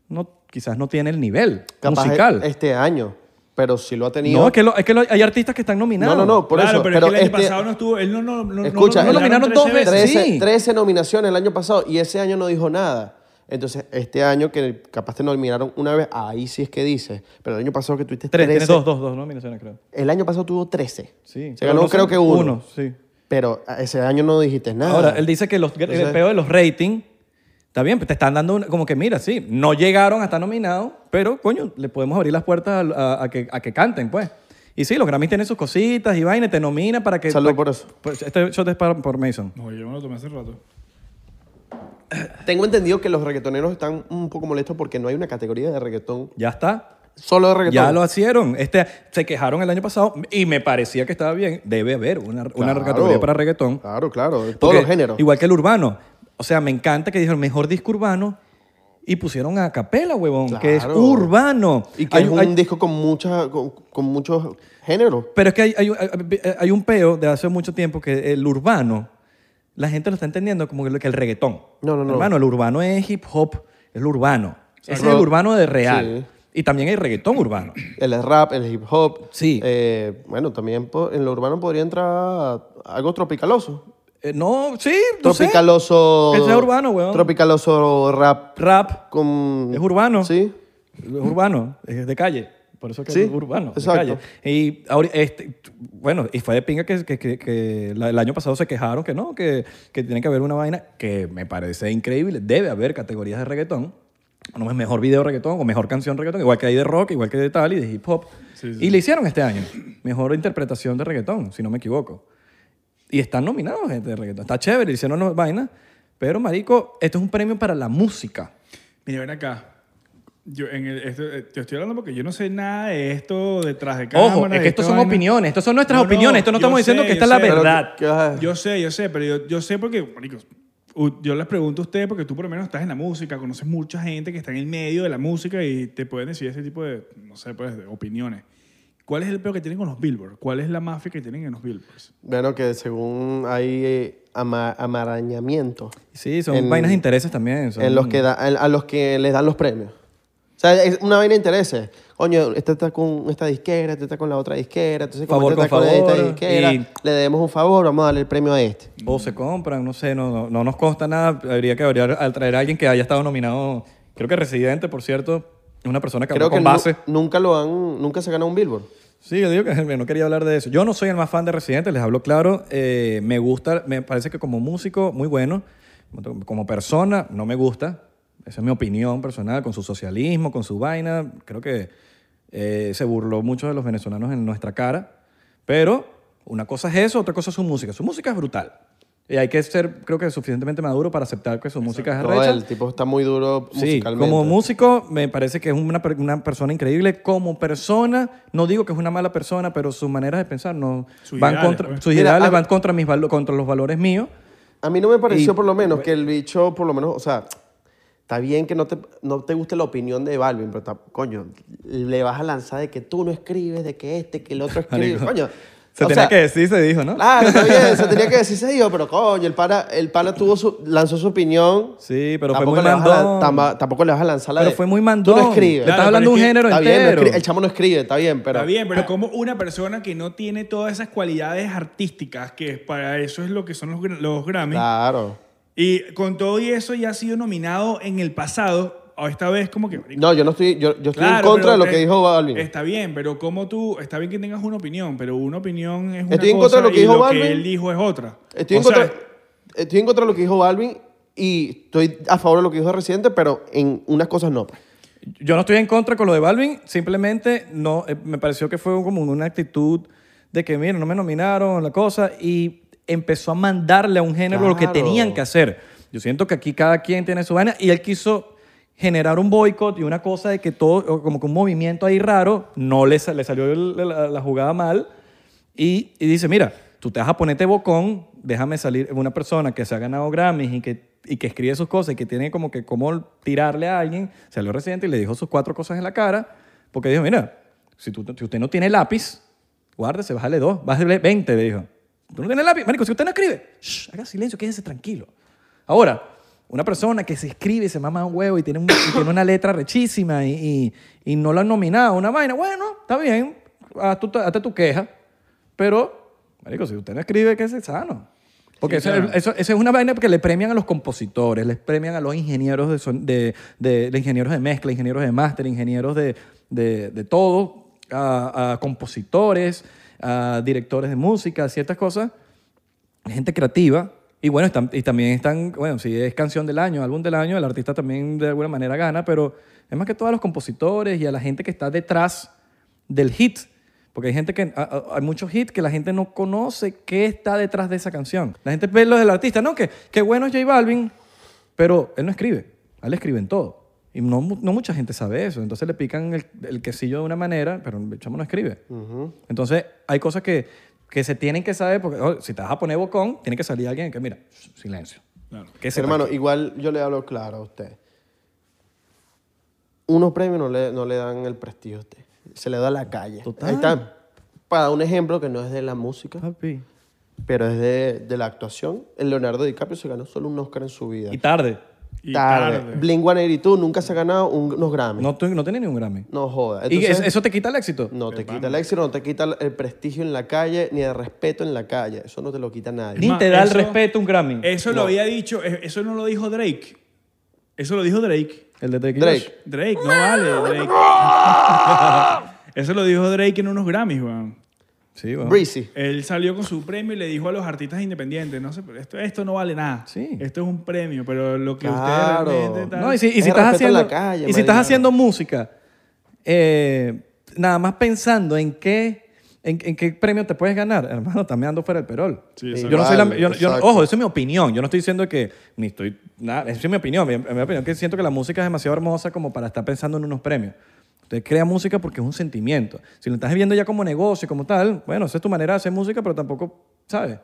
B: no, quizás no tiene el nivel
A: Capaz
B: musical.
A: este año, pero si lo ha tenido.
B: no, es que, lo- es que lo- hay artistas que están
A: no,
B: nominados.
A: no, no, por
C: claro,
A: eso.
C: pero, es que el año
A: este-
C: pasado no estuvo. Él no, no, no,
A: Escucha,
C: no,
A: el-
C: lo nominaron
B: nominaron dos
C: 13
B: veces.
A: 13,
B: sí.
A: 13 nominaciones el año pasado y ese año no dijo nada. Entonces, este año que capaz te nominaron una vez, ahí sí es que dices. Pero el año pasado que tuviste
B: Tres,
A: 13.
B: tiene dos, dos, dos nominaciones, creo.
A: El año pasado tuvo 13.
B: Sí.
A: Se ganó,
B: no sé,
A: creo que uno.
B: Uno, sí.
A: Pero ese año no dijiste nada.
B: Ahora, él dice que los,
A: Entonces-
B: el peor de los ratings, está bien, te están dando una- como que mira, sí, no llegaron hasta nominados, pero coño, le podemos abrir las puertas a, a- a que, a que canten, pues. Y sí, los Grammys tienen sus cositas y vaina, te nomina para que...
A: Salud
B: para-
A: por eso.
B: Pues, Este shot es para- por Mason.
C: No, yo me lo tomé hace rato.
A: Tengo entendido que los reggaetoneros están un poco molestos porque no hay una categoría de reggaetón.
B: Ya está.
A: Solo de reggaetón.
B: Ya lo hicieron. Este, se quejaron el año pasado y me parecía que estaba bien. Debe haber una, una
A: Claro.
B: categoría para reggaetón.
A: Claro, claro. de Todos
B: Porque
A: los géneros.
B: Igual que el urbano. O sea, me encanta que dijeron mejor disco urbano y pusieron a capela, huevón, que es
A: Claro.
B: urbano.
A: Y que
B: Hay-
A: es un
B: hay-
A: disco con, muchas con, con muchos géneros.
B: pero es que hay, hay un- hay- hay un peo de hace mucho tiempo que el urbano, la gente lo está entendiendo como que el reggaetón.
A: No, no, no.
B: Hermano, el urbano es hip hop, es lo urbano. Ese es
A: Pero-
B: el urbano de real.
A: Sí.
B: Y también hay reggaetón urbano.
A: El rap, el hip hop.
B: Sí.
A: Eh, bueno, también po- en lo urbano podría entrar algo tropicaloso.
B: Eh, no, sí, no sé.
A: Tropicaloso.
B: Que sea urbano, weón.
A: Tropicaloso rap
B: Rap
A: con.
B: es urbano.
A: Sí.
B: Es urbano, es de calle. Por eso que
A: Sí,
B: es urbano,
A: exacto.
B: de calle. Y ahora, este, t- bueno, y fue de pinga que, que- que- que la- el año pasado se quejaron que no, que, que tiene que haber una vaina que me parece increíble. Debe haber categorías de reggaetón. No es mejor video reggaetón o mejor canción reggaetón, igual que hay de rock, igual que de tal y de hip hop.
C: Sí, sí.
B: Y le hicieron este año. Mejor interpretación de reggaetón, si no me equivoco. Y están nominados gente de reggaetón. Está chévere, hicieron las vainas. Pero, marico, esto es un premio para la música.
C: Mira, ven acá. Yo, en el, esto, eh, te estoy hablando porque yo no sé nada de esto detrás de cámara.
B: Ojo, es que estos son opiniones, estos son nuestras
C: No, no,
B: opiniones, esto no
C: yo
B: estamos diciendo
C: sé,
B: que
C: yo
B: esta es la
C: sé. Pero-
B: verdad.
A: ¿Qué vas a-
C: Yo sé, yo sé, pero yo, yo sé porque, marico, u- yo les pregunto a ustedes porque tú por lo menos estás en la música, conoces mucha gente que está en el medio de la música y te pueden decir ese tipo de, no sé, pues, de opiniones. ¿Cuál es el peor que tienen con los Billboards? ¿Cuál es la mafia que tienen en los Billboards?
A: Bueno, que según hay eh, ama- amarañamiento.
B: Sí, son
A: En-
B: vainas de intereses también. son-
A: en los que da- en- a los que les dan los premios. O sea, es una vaina de intereses. Coño, este está con esta disquera, este está con la otra disquera, entonces como
B: Favor
A: este está
B: con
A: con esta
B: favor,
A: disquera,
B: y-
A: le debemos un favor, vamos a darle el premio a este.
B: O se compran, no sé, no, no, no nos consta nada. Habría que habría, al traer a alguien que haya estado nominado, creo que residente, por cierto, es una persona que habló
A: Creo que
B: con
A: nu-
B: base.
A: nunca lo han, nunca se gana un Billboard.
B: Sí, yo digo que no quería hablar de eso. Yo no soy el más fan de Residente, les hablo claro. Eh, me gusta, me parece que como músico, muy bueno. Como persona, no me gusta. Esa es mi opinión personal, con su socialismo, con su vaina. Creo que eh, se burló mucho de los venezolanos en nuestra cara. Pero una cosa es eso, otra cosa es su música. Su música es brutal. Y hay que ser, creo que, suficientemente maduro para aceptar que su música es
A: Todo
B: arrecha.
A: el tipo está muy duro
B: Sí,
A: musicalmente.
B: como músico me parece que es una, per- una persona increíble. Como persona, no digo que es una mala persona, pero sus maneras de pensar no
C: Sus
B: van
C: ideales,
B: contra,
C: pues.
B: sus
A: Mira,
B: ideales
A: a-
B: van contra mis valo- contra los valores míos.
A: A mí no me pareció,
B: Y-
A: por lo menos, que el bicho, por lo menos, o sea, está bien que no te, no te guste la opinión de Balvin, pero está- coño, le vas a lanzar de que tú no escribes, de que este, que el otro escribe.
B: Marico,
A: coño.
B: Se
A: o
B: tenía
A: sea,
B: que decir, se dijo, ¿no?
A: Claro, está bien, se tenía que decir, se dijo, pero coño, el pana, el pana tuvo su- lanzó su opinión.
B: Sí, pero fue
A: Tampoco
B: muy
A: le vas a lan-
B: mandón.
A: tama- tampoco le vas a lanzar la
B: Pero
A: de,
B: fue muy
A: Tú
B: mandón.
A: no escribes.
B: Le
C: Claro,
B: estás hablando
C: pero
B: un
C: es que-
B: género
A: Está bien, no
B: entero.
A: escribe- el chamo no escribe, está bien, pero...
C: Está bien, pero como una persona que no tiene todas esas cualidades artísticas, que para eso es lo que son los, gra- los Grammys,
A: Claro.
C: y con todo y eso ya ha sido nominado en el pasado, o esta vez como que... marico,
A: No, yo no estoy, yo, yo estoy en
C: claro,
A: contra
C: pero
A: de lo
C: te-
A: que dijo Balvin.
C: Está bien, pero como tú, está bien que tengas una opinión, pero una opinión es una
A: Estoy en
C: cosa
A: contra de lo que
C: y
A: dijo
C: lo
A: Balvin.
C: que él dijo es otra.
A: Estoy,
C: O
A: en
C: sea,
A: contra, estoy en contra de lo que dijo Balvin y estoy a favor de lo que dijo reciente, pero en unas cosas no.
B: Yo no estoy en contra con lo de Balvin, simplemente no, eh, me pareció que fue como una actitud de que, mira, no me nominaron, la cosa, y empezó a mandarle a un género lo que
A: Claro.
B: tenían que hacer. Yo siento que aquí cada quien tiene su vaina y él quiso generar un boicot y una cosa de que todo, o como que un movimiento ahí raro, no le, sa- le salió el- la, la jugada mal y, y dice, mira, tú te vas a ponerte bocón, déjame salir una persona que se ha ganado Grammys y que, y que escribe sus cosas y que tiene como que cómo tirarle a alguien, salió reciente y le dijo sus cuatro cosas en la cara, porque dijo, mira, si, tú- si usted no tiene lápiz, guárdese, bájale dos, bájale 20, le dijo. Tú no tienes lápiz, marico, si usted no escribe, shh, haga silencio, quédese tranquilo. Ahora, una persona que se escribe, y se mama un huevo y tiene, un- y tiene una letra rechísima y, y- y no la han nominado, una vaina, bueno, está bien, haz tu, hazte tu queja, pero, marico, si usted no escribe, que es sano. Porque
C: Sí,
B: eso,
C: claro.
B: eso- eso es una vaina que le premian a los compositores, les premian a los ingenieros de, son- de, de- de ingenieros de mezcla, ingenieros de máster, ingenieros de, de- de todo, a, a compositores, a directores de música, ciertas cosas gente creativa. Y bueno, están, y también están, bueno, si es canción del año, álbum del año, el artista también de alguna manera gana, pero es más que todo a los compositores y a la gente que está detrás del hit. Porque hay gente que, a- a- hay muchos hits que la gente no conoce qué está detrás de esa canción. La gente ve lo del artista, no, que, que bueno es J Balvin, pero él no escribe, a él le escriben todo. Y no, mu- no mucha gente sabe eso. Entonces le pican el, el quesillo de una manera, pero el chamo no escribe. Entonces hay cosas que, que se tienen que saber, porque oh, si te vas a poner bocón, tiene que salir alguien que, mira, shh, silencio.
C: claro.
B: Que sepa
A: Hermano, igual yo le hablo claro a usted. Unos premios no le, no le dan el prestigio a usted. Se le da a la calle.
B: Total.
A: Ahí está. Para un ejemplo que no es de la música,
B: Papi.
A: pero es de, de la actuación, el Leonardo DiCaprio se ganó solo un Oscar en su vida.
B: Y tarde.
C: y
A: tarde.
C: tarde.
A: Blink-182 nunca se ha ganado un- unos Grammys. No,
B: No, tu- no tiene ni un Grammy.
A: joda.
B: y es-
A: Entonces-
B: eso te quita el éxito.
A: No
C: Pues
A: te quita el éxito, no te quita el- el prestigio en la calle, ni el respeto en la calle. Eso no te lo quita nadie.
B: Ni
C: Ma,
B: te da el
C: eso-
B: respeto un Grammy.
C: Eso lo había dicho, eh, eso no lo dijo Drake. Eso lo dijo Drake.
B: el de Drake.
A: Drake.
B: Josh.
C: Drake, no vale, Drake. eso lo dijo Drake en unos Grammys, weón.
B: Sí, bueno.
A: Breezy.
C: Él salió con su premio y le dijo a los artistas independientes, no sé, pero esto, esto no vale nada.
B: Sí.
C: Esto es un premio, pero lo que
A: Claro.
C: ustedes realmente tal-
B: No, y si, y si
A: Es el
B: estás
A: respeto en la
B: haciendo,
A: calle,
B: y si estás
A: marico.
B: haciendo música, eh, nada más pensando en qué, en, en qué premio te puedes ganar, hermano, también ando fuera del perol. Eh,
C: Sí,
B: yo
C: exacto.
B: no soy la-
A: Vale,
B: yo no- yo no-
A: exacto.
B: ojo, esa es mi opinión. Yo no estoy diciendo que ni estoy nada. Esa es mi opinión. Mi, mi opinión es que siento que la música es demasiado hermosa como para estar pensando en unos premios. Usted crea música porque es un sentimiento. Si lo estás viendo ya como negocio, como tal, bueno, esa es tu manera de hacer música, pero tampoco, ¿sabes?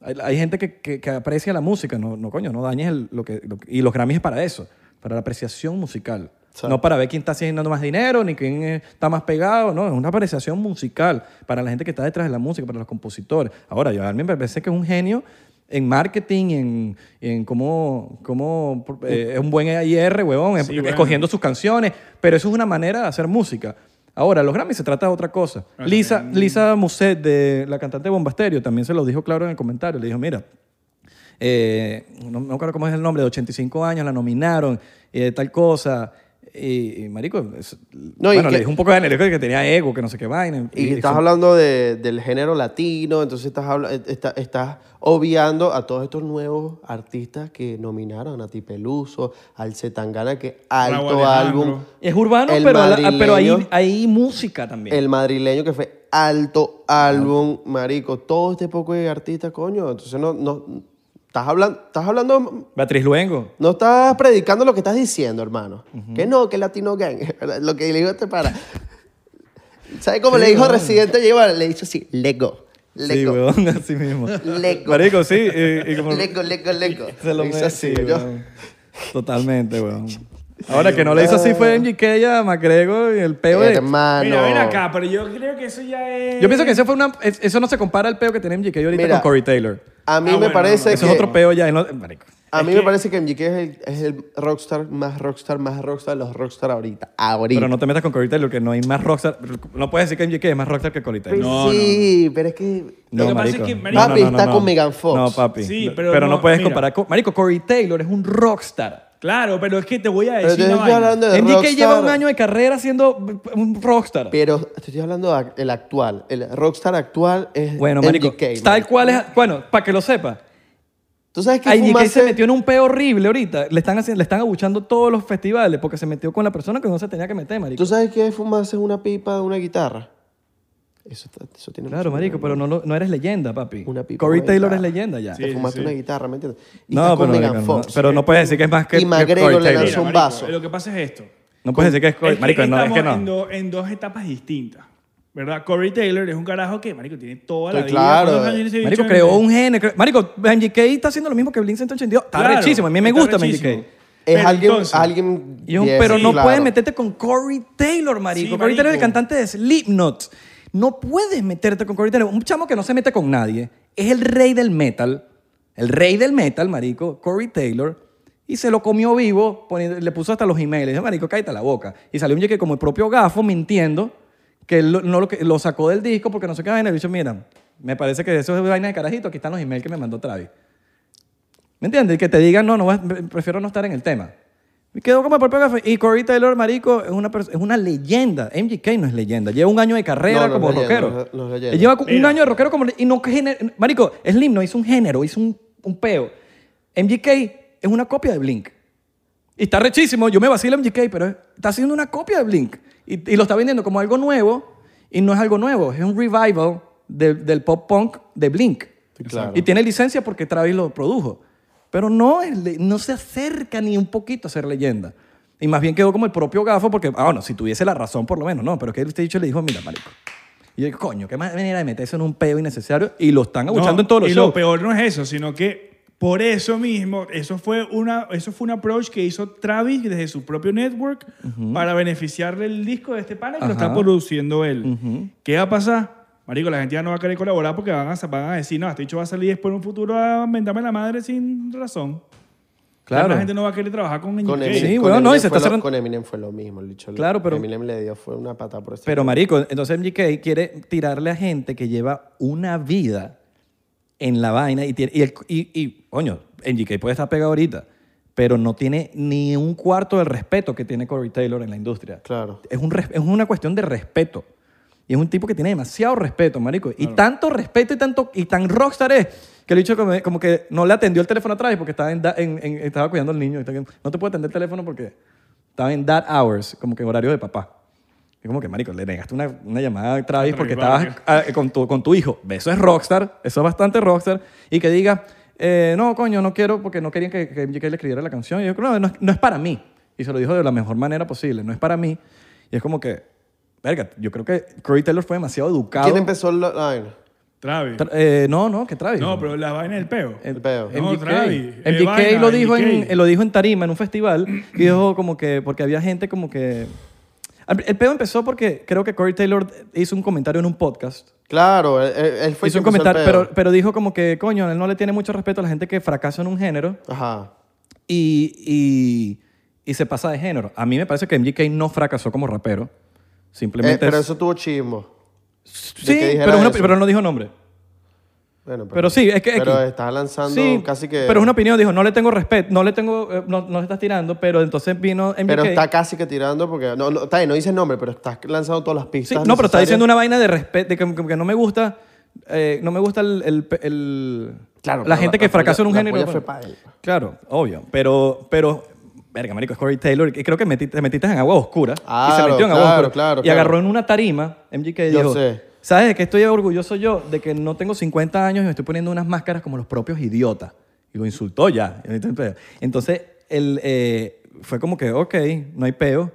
B: Hay, hay gente que, que- que aprecia la música. No, no coño, no dañes el- lo, que, lo que- Y los Grammys es para eso, para la apreciación musical.
A: Exacto.
B: No para ver quién está haciendo más dinero, ni quién eh, está más pegado. No, es una apreciación musical para la gente que está detrás de la música, para los compositores. Ahora, yo a mí me parece que es un genio en marketing, en, en cómo, cómo eh, es un buen IR, huevón,
C: Sí,
B: es-
C: bueno.
B: eh, escogiendo sus canciones. Pero eso es una manera de hacer música. Ahora, los Grammys se trata de otra cosa.
C: Ah,
B: Lisa, Lisa Muset, de la cantante Bombasterio, también se lo dijo claro en el comentario. Le dijo, mira, eh, no me acuerdo cómo es el nombre, de 85 años, la nominaron, eh, tal cosa. Y, y, marico, es-
A: y
B: bueno,
A: que-
B: le dijo un poco de energía que tenía ego, que no sé qué vaina.
A: Y, estás
B: son-
A: hablando de- del género latino, entonces estás, habla- eh, está- estás obviando a todos estos nuevos artistas que nominaron a Tipeluso, al Zetangana, que alto
C: Raúl Alejandro.
A: álbum.
B: Es urbano,
A: El
B: pero, a la-
A: madrileño.
B: pero hay, hay música también.
A: El madrileño que fue alto álbum, marico. Todo este poco de artistas, coño. Entonces no, no, Estás hablando, estás hablando,
B: Beatriz Luengo.
A: no estás predicando lo que estás diciendo, hermano. Que no, que Latino Gang. lo que le digo te para. ¿Sabes cómo le
B: Sí,
A: dijo
B: weón.
A: Residente Lleva? Le dijo así, Lego.
B: Sí,
A: Lego.
B: weón, así mismo.
A: Lego.
B: Marico, sí. Y, y como,
A: Lego, Lego, Lego.
B: Se lo
A: Le hizo
B: merece,
A: así,
B: sí,
A: yo-
B: weón. Totalmente, weón. Ahora, que no le hizo así fue MGK y a Macrego y el peo de...
A: Hermano.
C: Mira, ven acá, pero yo creo que eso ya es.
B: Yo pienso que eso fue una... es- Eso no se compara al peo que tiene MGK ahorita
A: Mira.
B: con Corey Taylor.
A: A mí
C: Ah,
A: me
C: bueno,
A: parece
C: no,
B: Eso
A: que.
B: es otro peo ya. y no- marico.
A: A
C: Es
A: mí
C: que-
A: me parece que MGK es el, es el rockstar más rockstar más rockstar de los rockstar ahorita. Ahorita.
B: Pero no te metas con Corey Taylor, que no hay más rockstar. No puedes decir que MGK es más rockstar que Corey Taylor.
A: Pues
C: No,
A: sí, pero es que.
C: Lo
B: No,
C: que pasa es
B: marico.
C: que,
B: No,
C: marico-
B: no,
A: Papi,
B: no,
A: está
B: no.
A: con Megan Fox.
B: No, papi.
C: Sí,
B: No,
C: pero
B: no,
C: no,
B: puedes
C: mira.
B: comparar con... Marico, Corey Taylor es un rockstar.
C: Claro, pero es que te voy a
A: Pero te
C: decir. una
A: estoy
C: vaina.
A: hablando de
B: MGK
A: rockstar.
B: lleva un año de carrera siendo un rockstar.
A: Pero te estoy hablando del actual. El rockstar actual es
B: Bueno,
A: MGK.
B: marico, tal
A: marico.
B: cual es... Bueno, para que lo sepa.
A: ¿Tú sabes que
B: Ay, MGK
A: fumarse-
B: se metió en un peo horrible ahorita. Le están, haciendo, le están abuchando todos los festivales porque se metió con la persona que no se tenía que meter, marico.
A: ¿Tú sabes que fumarse una pipa de una guitarra? Eso, está- eso tiene
B: Claro,
A: mucho
B: marico, pero no, lo- no eres leyenda, papi.
A: Una pipa,
B: Corey
A: una
B: Taylor es
A: guitarra.
B: leyenda ya.
A: Te
C: Sí,
A: fumaste
C: sí.
A: una guitarra, ¿me entiendes? Y
B: No,
A: estás
B: pero,
A: con
B: marico,
A: Megan
B: no,
A: Fox.
B: pero no puedes decir que es más que,
A: Y
B: que
A: McGregor
B: Corey
A: le
B: Taylor.
A: lanzó un
C: marico,
A: vaso.
C: Lo que pasa es esto.
B: No puedes decir que es Corey.
C: Es que
B: marico, no, es
C: estamos
B: que no.
C: En, do- en dos etapas distintas. ¿Verdad? Corey Taylor es un carajo que, marico, tiene toda la
A: Estoy
C: vida.
A: claro.
C: ¿Cuántos años tiene ese bicho
B: Marico
C: en-
B: creó un gene. cre- Marico, MGK está haciendo lo mismo que Blink 182. Está
C: Claro,
B: rechísimo. A mí me
C: está
B: gusta
C: rechísimo.
B: MGK.
A: Es
C: Pero
A: alguien...
C: entonces-
A: alguien
B: Y es un-
A: diez,
B: pero no
A: claro.
B: puedes meterte con Corey Taylor, marico.
C: Sí,
B: Corey Taylor es el
C: marico.
B: cantante de Slipknot. No puedes meterte con Corey Taylor. Un chamo que no se mete con nadie. Es el rey del metal. El rey del metal, marico. Corey Taylor. Y se lo comió vivo. poni- le puso hasta los emails. Le dijo, marico, cállate la boca. Y salió un jeque como el propio gafo mintiendo que él lo, no lo, que- lo sacó del disco porque no sé qué vaina. El bicho, mira, me parece que eso es vaina de carajito. Aquí están los emails que me mandó Travis. ¿Me entiendes? Y que te digan, no, no vas- pre- prefiero no estar en el tema. Y quedó como el propio café. Y Corey Taylor, marico, es una, pers- es una leyenda. MGK no es leyenda. Lleva un año de carrera
A: No, no es
B: como
A: leyenda,
B: rockero.
A: no es- no es leyenda.
B: Él lleva cu- un
C: Mira.
B: año de rockero como... le- Y no, gener- marico, Slim no hizo un género, hizo un, un peo. MGK es una copia de Blink. Y está rechísimo. Yo me vacilo MGK, pero está haciendo una copia de Blink. Y, y lo está vendiendo como algo nuevo. Y no es algo nuevo. Es un revival de- del pop punk de Blink.
A: Claro.
B: Y tiene licencia porque Travis lo produjo. Pero no, es le- no se acerca ni un poquito a ser leyenda. Y más bien quedó como el propio gafo porque, ah, bueno, si tuviese la razón por lo menos, no. Pero es que este dicho le dijo, mira, marico. Y yo, coño, qué manera de meterse en un peo innecesario. Y lo están
C: No,
B: abuchando en todos los
C: y
B: shows.
C: lo peor no es eso, sino que por eso mismo, eso fue, una, eso fue un approach que hizo Travis desde su propio network para beneficiarle el disco de este pana que lo
B: Ajá.
C: está produciendo él. ¿Qué va a pasar? Marico, la gente ya no va a querer colaborar porque van a, sa- van a decir, no, este dicho va a salir después en un futuro a mentarme la madre sin razón.
B: Claro.
C: La gente no va a querer trabajar con
A: Con
C: NGK.
A: Eminem,
B: Sí,
A: con
B: weón, no, y
A: Eminem
B: se
A: fue
B: está
A: lo-
B: cerrando-
A: Con Eminem fue lo mismo, el dicho.
B: Claro, pero-
A: Eminem le dio fue una pata por ese-
B: Pero marico, entonces MGK quiere tirarle a gente que lleva una vida en la vaina y tiene- y, el- y- y, coño, MGK puede estar pegado ahorita, pero no tiene ni un cuarto del respeto que tiene Corey Taylor en la industria.
A: Claro.
B: Es, un, res- es una cuestión de respeto. Y es un tipo que tiene demasiado respeto, marico. Y tanto respeto y, tanto, y tan rockstar es que el bicho como, como que no le atendió el teléfono atrás porque estaba, en da- en- en- estaba cuidando al niño. No te puedo atender el teléfono porque estaba en that hours, como que en horario de papá. Es como que, marico, le negaste una, una llamada a Travis
C: Travis
B: porque
C: Barker.
B: estabas ah, con, tu, con tu hijo. Eso es rockstar, eso es bastante rockstar. Y que diga, eh, no, coño, no quiero porque no querían que, que MGK le escribiera la canción. Y yo creo, no, no, es- no es para mí. Y se lo dijo de la mejor manera posible, no es para mí. Y es como que, verga, yo creo que Corey Taylor fue demasiado educado.
A: ¿Quién empezó la la vaina?
C: Travis.
B: Tra- eh, no, no, que Travis. Eh,
C: No, pero la vaina del peo.
B: El-
A: El peo.
C: No,
B: MGK.
C: Travis.
B: MGK
C: Eh, vaina,
B: lo, dijo
C: MGK.
B: En, lo dijo en Tarima, en un festival, y dijo como que, porque había gente como que... Al- El peo empezó porque creo que Corey Taylor hizo un comentario en un podcast.
A: Claro, él, él- él fue el que empezó
B: hizo un
A: el
B: comentario,
A: pedo.
B: pero, pero dijo como que, coño, él no le tiene mucho respeto a la gente que fracasa en un género
A: Ajá.
B: y, y, y se pasa de género. A mí me parece que MGK no fracasó como rapero.
A: Eh,
B: Simplemente...
A: pero
B: es-
A: eso tuvo chismo.
B: sí,
A: que dijera
B: pero, es una-
A: eso.
B: pero él no dijo nombre.
A: Bueno, pero,
B: Pero sí, es que... es
A: Pero
B: que-
A: estás lanzando
B: Sí,
A: casi que.
B: pero es una opinión. Dijo, no le tengo respeto, no le tengo, eh, no, no le estás tirando, pero entonces vino MGK.
A: Pero está casi que tirando porque. No, no, está bien, no dices nombre, pero estás lanzando todas las
B: Sí,
A: pistas.
B: no, pero está
A: necesarias.
B: diciendo una vaina de respeto, de que, que no me gusta, eh, no me gusta el, el- el-
A: Claro,
B: la
A: pero
B: gente
A: la-
B: que
A: la
B: fracasa en
A: polla-
B: un
A: la
B: género. pues.
A: polla
B: bueno.
A: fue pa' él.
B: Claro, obvio, pero, pero, verga, marico, es Corey Taylor, y creo que metiste- te metiste en agua oscura y se
A: Claro,
B: metió en agua
A: claro,
B: oscura
A: claro,
B: y
A: claro.
B: agarró en una tarima MGK y
A: Yo
B: dijo,
A: sé.
B: ¿sabes de qué estoy orgulloso yo? De que no tengo 50 años y me estoy poniendo unas máscaras como los propios idiotas. Y lo insultó ya. Entonces, él, eh, fue como que, ok, no hay peo.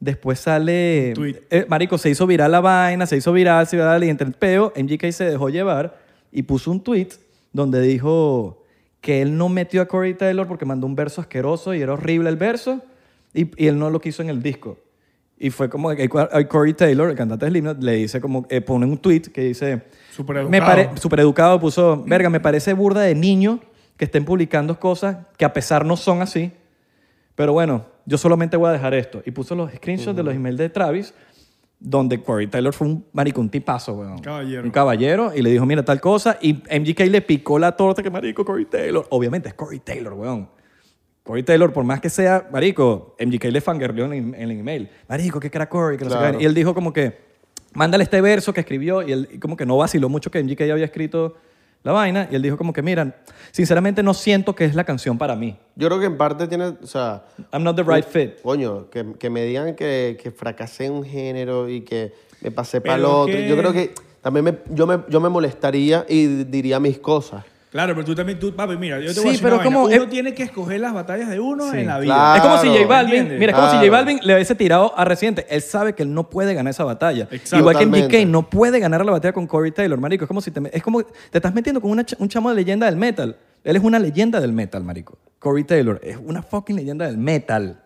B: Después sale...
C: Tweet.
B: eh, marico, se hizo viral la vaina, se hizo viral, se hizo viral y entre el peo, MGK se dejó llevar y puso un tweet donde dijo que él no metió a Corey Taylor porque mandó un verso asqueroso y era horrible el verso y, y él no lo quiso en el disco. Y fue como que a Corey Taylor, el cantante del himno, le dice como, eh, pone un tweet que dice,
C: Supereducado.
B: me pare, supereducado puso, verga, me parece burda de niño que estén publicando cosas que a pesar no son así, pero bueno, yo solamente voy a dejar esto. Y puso los screenshots de los emails de Travis, donde Corey Taylor fue un maricón tipazo, weón.
C: Caballero.
B: Un caballero, y le dijo, mira, tal cosa, y MGK le picó la torta que marico Corey Taylor. Obviamente es Corey Taylor, weón. Corey Taylor, por más que sea, marico, MGK le fangirleó en, el- en el email. Marico, ¿qué cara Corey? Que no sé qué
A: Claro.
B: vaina. Y él dijo como que, mándale este verso que escribió y él y como que no vaciló mucho que MGK había escrito la vaina y él dijo como que, mira, sinceramente no siento que es la canción para mí.
A: Yo creo que en parte tiene, o sea,
B: I'm not the right fit.
A: coño, que, que me digan que, que fracasé en un género y que me pasé para el
C: Pero
A: otro.
C: que-
A: Yo creo que también me, yo, me, yo me molestaría y diría mis cosas.
C: Claro, pero tú también, tú, papi, mira, yo te
B: Sí,
C: voy a decir
B: pero
C: una vaina.
B: como-
C: Uno
B: eh,
C: tiene que escoger las batallas de uno
B: Sí,
C: en la vida.
A: claro.
B: es como si J Balvin,
C: ¿Entiendes?
B: mira, es como si J
A: Claro.
B: Balvin le hubiese tirado a Reciente. Él sabe que él no puede ganar esa batalla.
C: Exacto.
B: Igual que
A: Totalmente.
B: MGK no puede ganar la batalla con Corey Taylor, marico. Es como si te, es como, te estás metiendo con una ch- un chamo de leyenda del metal. Él es una leyenda del metal, marico. Corey Taylor es una fucking leyenda del metal.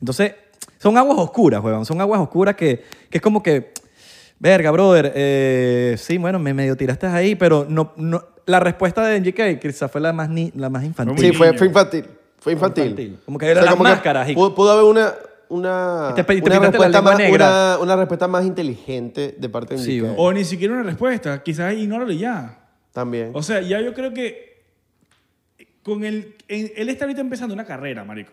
B: Entonces, son aguas oscuras, weón. Son aguas oscuras que, que es como que, verga, brother, eh, sí, bueno, me medio tiraste ahí, pero no, no- la respuesta de MGK quizás fue la más, ni- la más infantil.
C: Muy
A: sí, fue,
C: niño.
A: fue infantil. Fue infantil.
B: infantil. Como que era las máscaras y-
A: Pudo, pudo haber una, una,
B: Te pe- te
A: una,
B: pintaste la
A: respuesta
B: lengua
A: más,
B: negra.
A: una, una respuesta más inteligente de parte de
B: Sí,
A: Enrique.
C: O ni siquiera una respuesta. Quizás ignóralo y ya.
A: También.
C: O sea, ya yo creo que con el, en- él está ahorita empezando una carrera, marico.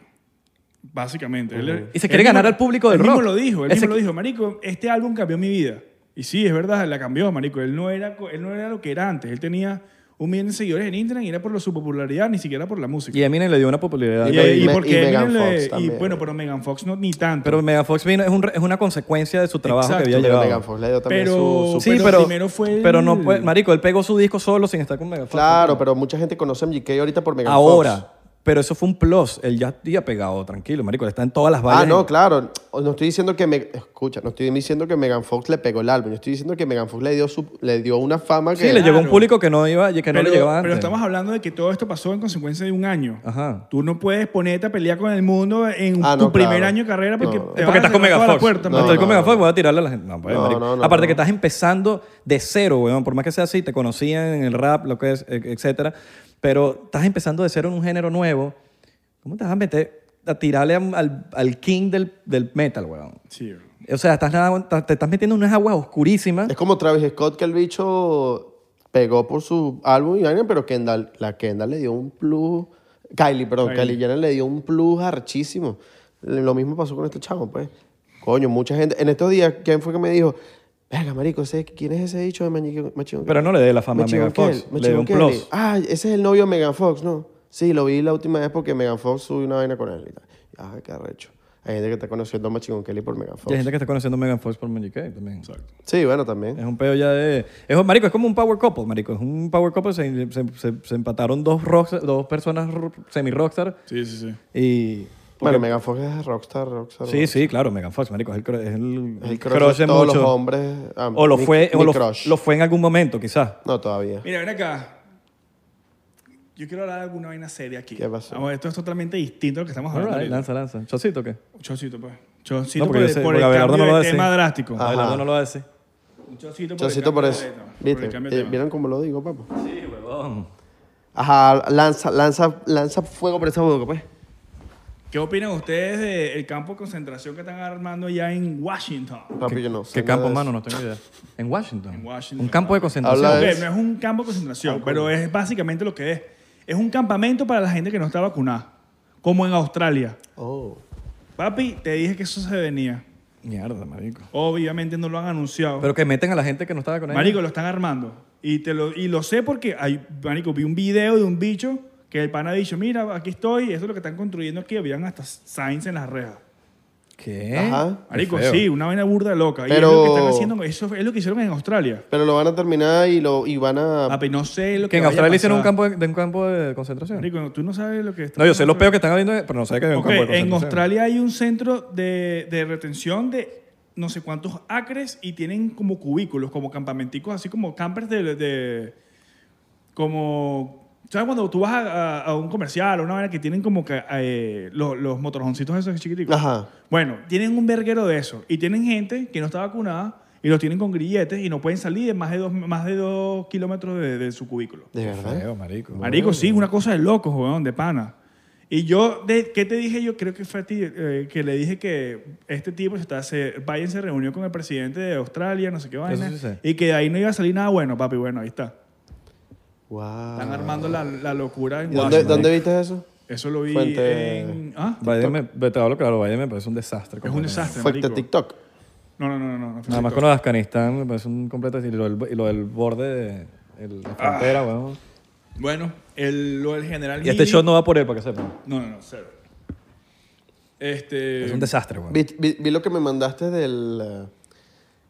C: Básicamente. Él-
B: Y se
C: él
B: quiere
C: mismo-
B: ganar al público del
C: él mismo
B: rock.
C: lo dijo, él
B: Ese-
C: mismo lo dijo, marico, este álbum cambió mi vida. Y sí, es verdad, la cambió, marico. Él no era, co- él no era lo que era antes. Él tenía un millón de seguidores en Instagram y era por lo- su popularidad, ni siquiera por la música.
B: Y Eminem le dio una popularidad.
C: Y,
A: Y-
C: y
A: y Me-
C: porque
A: y Megan
C: Eminem le-
A: Fox
C: y
A: también.
C: bueno, pero Megan Fox no ni tanto.
B: Pero Megafox vino, es, un re- es una consecuencia de su trabajo
C: Exacto,
B: que
A: Pero
B: había llevado.
A: Megan Fox le dio también
C: Pero-
A: su- su
B: Sí,
C: Pero
B: pero,
C: primero fue el-
B: pero no puede, marico, él pegó su disco solo sin estar con Megafox.
A: Claro, pero mucha gente conoce a MGK ahorita por Megan
B: Ahora,
A: Fox.
B: pero eso fue un plus. Él ya había pegado, tranquilo, marico, él está en todas las vallas.
A: Ah, no, claro. No estoy diciendo que... Me... Escucha, no estoy diciendo que Megan Fox le pegó el álbum. Yo estoy diciendo que Megan Fox le dio, su... le dio una fama que...
B: Sí, le llegó a un
C: Claro.
B: público que no iba, que no le llegaba antes.
C: pero estamos hablando de que todo esto pasó en consecuencia de un año.
B: Ajá.
C: Tú no puedes ponerte a pelear con el mundo en
A: Ah,
C: tu
A: no,
C: primer
A: claro.
C: año de carrera porque
A: No, no.
C: te
B: es
C: van a
B: porque estás con
C: cerrar toda la
B: Megafox.
C: puerta,
B: no,
C: marico.
B: estoy
A: no,
B: con
A: no.
B: Megafox, voy a tirarle a la gente. No, pues,
A: No,
B: marico.
A: no, no,
B: Aparte
A: no.
B: que estás empezando de cero, weón. Por más que sea así, te conocían en el rap, lo que es, e- etcétera. Pero estás empezando de cero en un género nuevo. ¿Cómo te vas a meter a tirarle a- al, al king del, del metal, weón?
C: Sí, bro.
B: O sea, estás nada- te estás metiendo en unas aguas oscurísimas.
A: Es como Travis Scott que el bicho pegó por su álbum y vaina, pero Kendall, la Kendall le dio un plus. Kylie, perdón,
C: Kylie.
A: Kylie Jenner le dio un plus archísimo. Lo mismo pasó con este chavo, pues. Coño, mucha gente. En estos días, ¿quién fue que me dijo? Venga, marico, ese- ¿quién es ese bicho de Mañique- Machingón?
B: Pero no le dé la fama a
A: Machingón
B: Megafox.
A: Kelly,
B: Le dé un
A: Machingón Kelly.
B: plus.
A: Ah, ese es el novio de Megan Fox, ¿no? Sí, lo vi la última vez porque Megan Fox subió una vaina con él y tal. Ah, qué arrecho. Hay gente que está conociendo a Machingón Kelly por Megan
B: Y hay
A: Fox.
B: gente que está conociendo a Megan Fox por Magic también.
C: Exacto.
A: Sí, bueno, también.
B: Es un pedo ya de... Es, un- marico, es como un power couple, marico. Es un power couple. Se, se- se- se empataron dos, rock, dos personas ro- semi-rockstar
C: Sí, sí, sí.
B: y...
A: Bueno, Megan Fox es rockstar, rockstar.
B: Sí, sí, claro, Megan Fox, marico. Es el, cru- es el,
A: El
B: el
A: crush,
B: crush
A: de
B: de
A: todos
B: muchos.
A: los hombres. ah,
B: O lo
A: mi-
B: fue, o
A: mi
B: lo,
A: crush.
B: lo fue en algún momento, quizás.
A: No, todavía.
C: Mira, ven acá. Yo quiero hablar de alguna vaina seria aquí.
A: ¿Qué pasó?
C: Vamos, esto es totalmente distinto a lo que
A: Ah,
C: estamos hablando.
B: Alright,
C: ahorita.
B: lanza, lanza. ¿Chocito o qué?
C: Un chocito, pues. Chocito
B: No,
C: por,
B: porque yo
C: el-
B: sé,
C: por
B: porque
C: el
B: Abelardo
C: cambio
B: no lo
C: de
B: hace.
C: tema drástico.
A: Ajá.
B: Abelardo no lo hace.
C: Un chocito por, el
A: Ah. Chocito por
C: cambio
A: eso.
C: de tema. Por el
A: ¿Viste?
C: cambio de
A: Eh,
C: tema.
A: ¿Vieron cómo lo digo, papá? Sí, huevón. Ajá, lanza, lanza, lanza fuego por esa boca, pues.
C: ¿Qué opinan ustedes del campo de concentración que están armando ya en Washington?
A: Papi, yo no sé.
B: ¿Qué
A: nada
B: campo,
A: de
B: mano?
A: eso.
B: No tengo idea. En Washington.
C: En Washington.
B: Un campo de concentración.
A: Habla
C: Ok,
A: es-
C: no es un campo de
B: Ah,
C: concentración, pero es básicamente lo que es. Es un campamento para la gente que no está vacunada, como en Australia.
A: Oh.
C: Papi, te dije que eso se venía.
B: Mierda, marico.
C: Obviamente no lo han anunciado.
B: Pero que meten a la gente que no estaba con ellos.
C: marico, lo están armando. Y, te lo, y lo sé porque, hay, marico, vi un video de un bicho que el pana ha dicho, mira, aquí estoy, eso es lo que están construyendo aquí. Habían hasta signs en las rejas.
B: ¿Qué?
A: Ajá.
C: Marico,
B: Qué feo.
C: sí, una vaina burda loca. Y
A: Pero-
C: es lo que están haciendo, eso es lo que hicieron en Australia.
A: Pero lo van a terminar y, lo, y van a...
C: Papi, no sé lo que
B: Ah. Que en
C: vaya a
B: Australia hicieron un
C: pasar.
B: campo de, de un campo de concentración.
C: Marico, no, tú no sabes lo que está
B: No, yo sé los
C: pasando.
B: peos que están habiendo, pero no sé que hay un
C: Ok,
B: campo de
C: en
B: concentración.
C: Australia hay un centro de, de retención de no sé cuántos acres y tienen como cubículos, como campamenticos, así como campers de... de- como... ¿Sabes cuando tú vas a, a- a un comercial o una vaina que tienen como que, eh, los, los motorjoncitos esos chiquiticos?
A: Ajá.
C: Bueno, tienen un verguero de eso y tienen gente que no está vacunada y los tienen con grilletes y no pueden salir de más de dos, más de dos kilómetros de, de su cubículo.
A: De verdad.
B: Feo, marico.
C: Marico, sí, una cosa de locos, weón, de pana. Y yo, de, ¿qué te dije? Yo creo que fue a ti eh, que le dije que este tipo se está, se, Biden se reunió con el presidente de Australia, no sé qué vaina,
B: sí sé.
C: y que de ahí no iba a salir nada bueno, papi. Bueno, ahí está.
A: Wow.
B: Ah.
C: Están armando la, la locura en
A: ¿Y ¿Dónde,
C: Washington.
A: ¿Dónde viste eso?
C: Eso lo vi
A: Fuente-
C: en... ¿Ah?
B: Biden me, te hablo claro, Biden me parece un desastre.
C: Es un
B: completamente.
C: desastre,
A: Fue de
C: marico.
A: TikTok.
C: No, no, no, no. no, no fue
B: Nada más
C: TikTok.
B: con lo de Afganistán me parece un completo desastre. Y lo del, y lo del borde de el- la
C: Ah.
B: frontera, weón.
C: Bueno, el, lo del general...
B: Y este
C: Milley-
B: show no va por él, para que sepan.
C: No, no, no, cero. Este...
B: Es un desastre, weón.
A: Vi, vi- vi lo que me mandaste del... eh,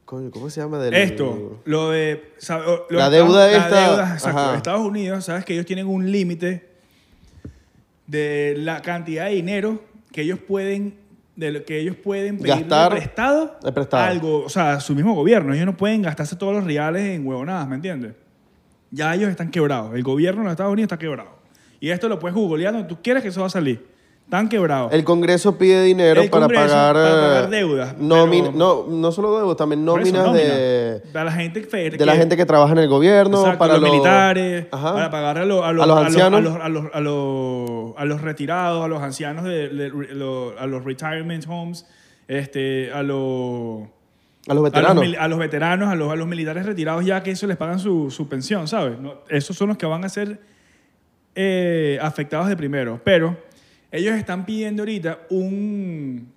A: coño, ¿Cómo se llama? Del,
C: Esto, lo de... sabe- o- lo
A: La
C: de Estados-
A: deuda
C: la
A: esta-
C: deuda, exacto.
A: ajá.
C: Estados Unidos, sabes que ellos tienen un límite de la cantidad de dinero que ellos pueden de lo que ellos pueden pedir
A: Gastar
C: prestado,
A: de prestado.
C: a algo, o sea, a su mismo gobierno. Ellos no pueden gastarse todos los reales en huevonadas, ¿me entiendes? Ya ellos están quebrados. El gobierno de los Estados Unidos está quebrado. Y esto lo puedes googlear donde tú quieras que eso va a salir. Están quebrados.
A: El Congreso pide dinero
C: El
A: para,
C: Congreso
A: pagar,
C: para pagar
A: eh,
C: deudas,
A: nómin-
C: pero-
A: no, no solo deudas, también
C: Por eso,
A: nóminas de,
C: nómina. A la gente fe-
A: de la gente que trabaja en el gobierno,
C: Exacto,
A: para
C: los, militares,
A: Ajá.
C: para pagar a, los- a los,
A: A los
C: a los- a
A: ancianos.
C: los- a los- a los- a los retirados, a los ancianos, de, de- re- lo- a los retirement homes, este, a,
A: a
C: los,
A: los
C: a, los,
A: veteranos.
C: mil- a los veteranos, a los, a los militares retirados, ya que eso les pagan su, su pensión, ¿sabes? No, esos son los que van a ser eh, afectados de primero. Pero ellos están pidiendo ahorita un,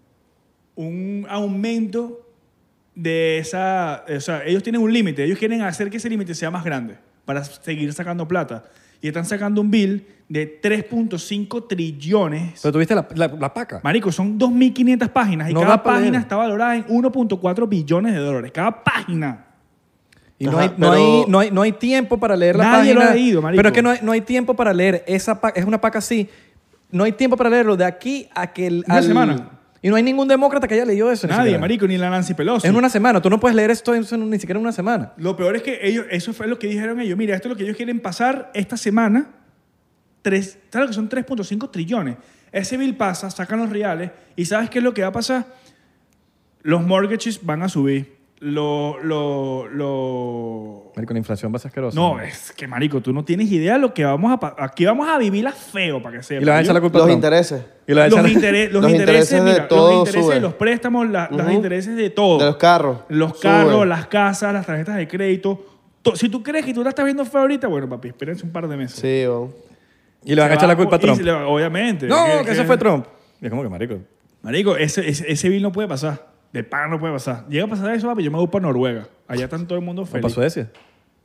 C: un aumento de esa... O sea, ellos tienen un límite. Ellos quieren hacer que ese límite sea más grande para seguir sacando plata. Y están sacando un bill de 3.5 trillones.
B: Pero tuviste la, la, la paca.
C: Marico, son 2.500 páginas y
B: No
C: cada
B: da pa' leer.
C: página está valorada en 1.4 billones de dólares. Cada página.
B: Y no,
A: Ajá,
B: hay, no,
A: pero-
B: hay, no, hay, no hay tiempo para leer la
C: Nadie
B: página.
C: lo ha leído, marico.
B: Pero es que no hay, no hay tiempo para leer esa paca. Es una paca así. No hay tiempo para leerlo de aquí a que... El,
C: Una semana.
B: Y no hay ningún demócrata que haya leído eso. ni
C: Nadie,
B: siquiera.
C: marico, ni la Nancy Pelosi.
B: Es en una semana. Tú no puedes leer esto en- en- ni siquiera en una semana.
C: Lo peor es que ellos, eso fue lo que dijeron ellos. Mira, esto es lo que ellos quieren pasar esta semana. Tres, ¿Sabes lo que son 3.5 trillones? Ese bill pasa, sacan los reales y ¿sabes qué es lo que va a pasar? Los mortgages van a subir. Lo, lo, lo...
B: Marico, la inflación va a ser asquerosa.
C: No, es que marico, tú no tienes idea lo que vamos a... pa- Aquí vamos a vivirla feo para que sepas.
B: Y le van a echar la culpa a
A: los
B: Trump.
A: intereses.
B: Y le van a
C: Los,
B: echar la-
C: interes- los
A: Los
C: intereses,
A: intereses de
C: mira,
A: todo
C: los intereses de
A: suben.
C: los préstamos, la- los
A: Ujú.
C: intereses de todo.
A: De los carros.
C: Los
A: Suben.
C: carros, las casas, las tarjetas de crédito. To- Si tú crees que tú la estás viendo feo ahorita, bueno, papi, espérense un par de meses.
A: Sí, weón.
B: Y le van a echar la culpa a
C: Y
B: Trump.
C: se le va- obviamente.
B: No, que ese fue Trump. Y es como que, marico,
C: Marico, ese, ese, ese bill no puede pasar. De pan no puede pasar. Llega a pasar eso, papi, yo me voy para Noruega. Allá está todo el mundo
B: ¿no
C: feliz.
B: para Suecia?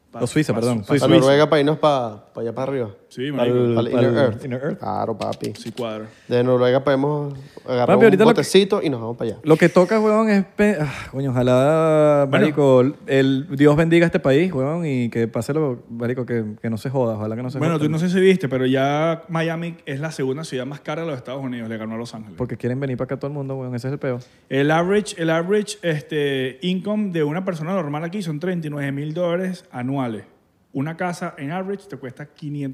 C: Pa-
B: o Suiza,
C: pa-
B: perdón.
C: pa-
B: Suiza.
A: Para Noruega, para irnos para allá para arriba.
C: Sí,
A: Para
C: marico.
A: el,
B: Pa'l-
A: Inner
B: pa'l
A: Earth.
B: Inner Earth.
A: Claro, papi.
C: Sí, cuadro.
A: De Noruega podemos agarrar
B: Papi, ahorita
A: un
B: lo que-
A: botecito y nos vamos para allá.
B: Lo que toca, weón, es... pe- ah, coño, ojalá, marico, el Dios bendiga este país, weón, y que pase lo... Marico, que, que no se joda. Ojalá que no se
C: Bueno,
B: joda.
C: tú no sé si viste, pero ya Miami es la segunda ciudad más cara de los Estados Unidos. Le ganó a Los Ángeles.
B: Porque quieren venir para acá todo el mundo, weón. Ese es el peo.
C: El average, el average este, income de una persona normal aquí son 39 mil dólares anuales. Una casa en average te cuesta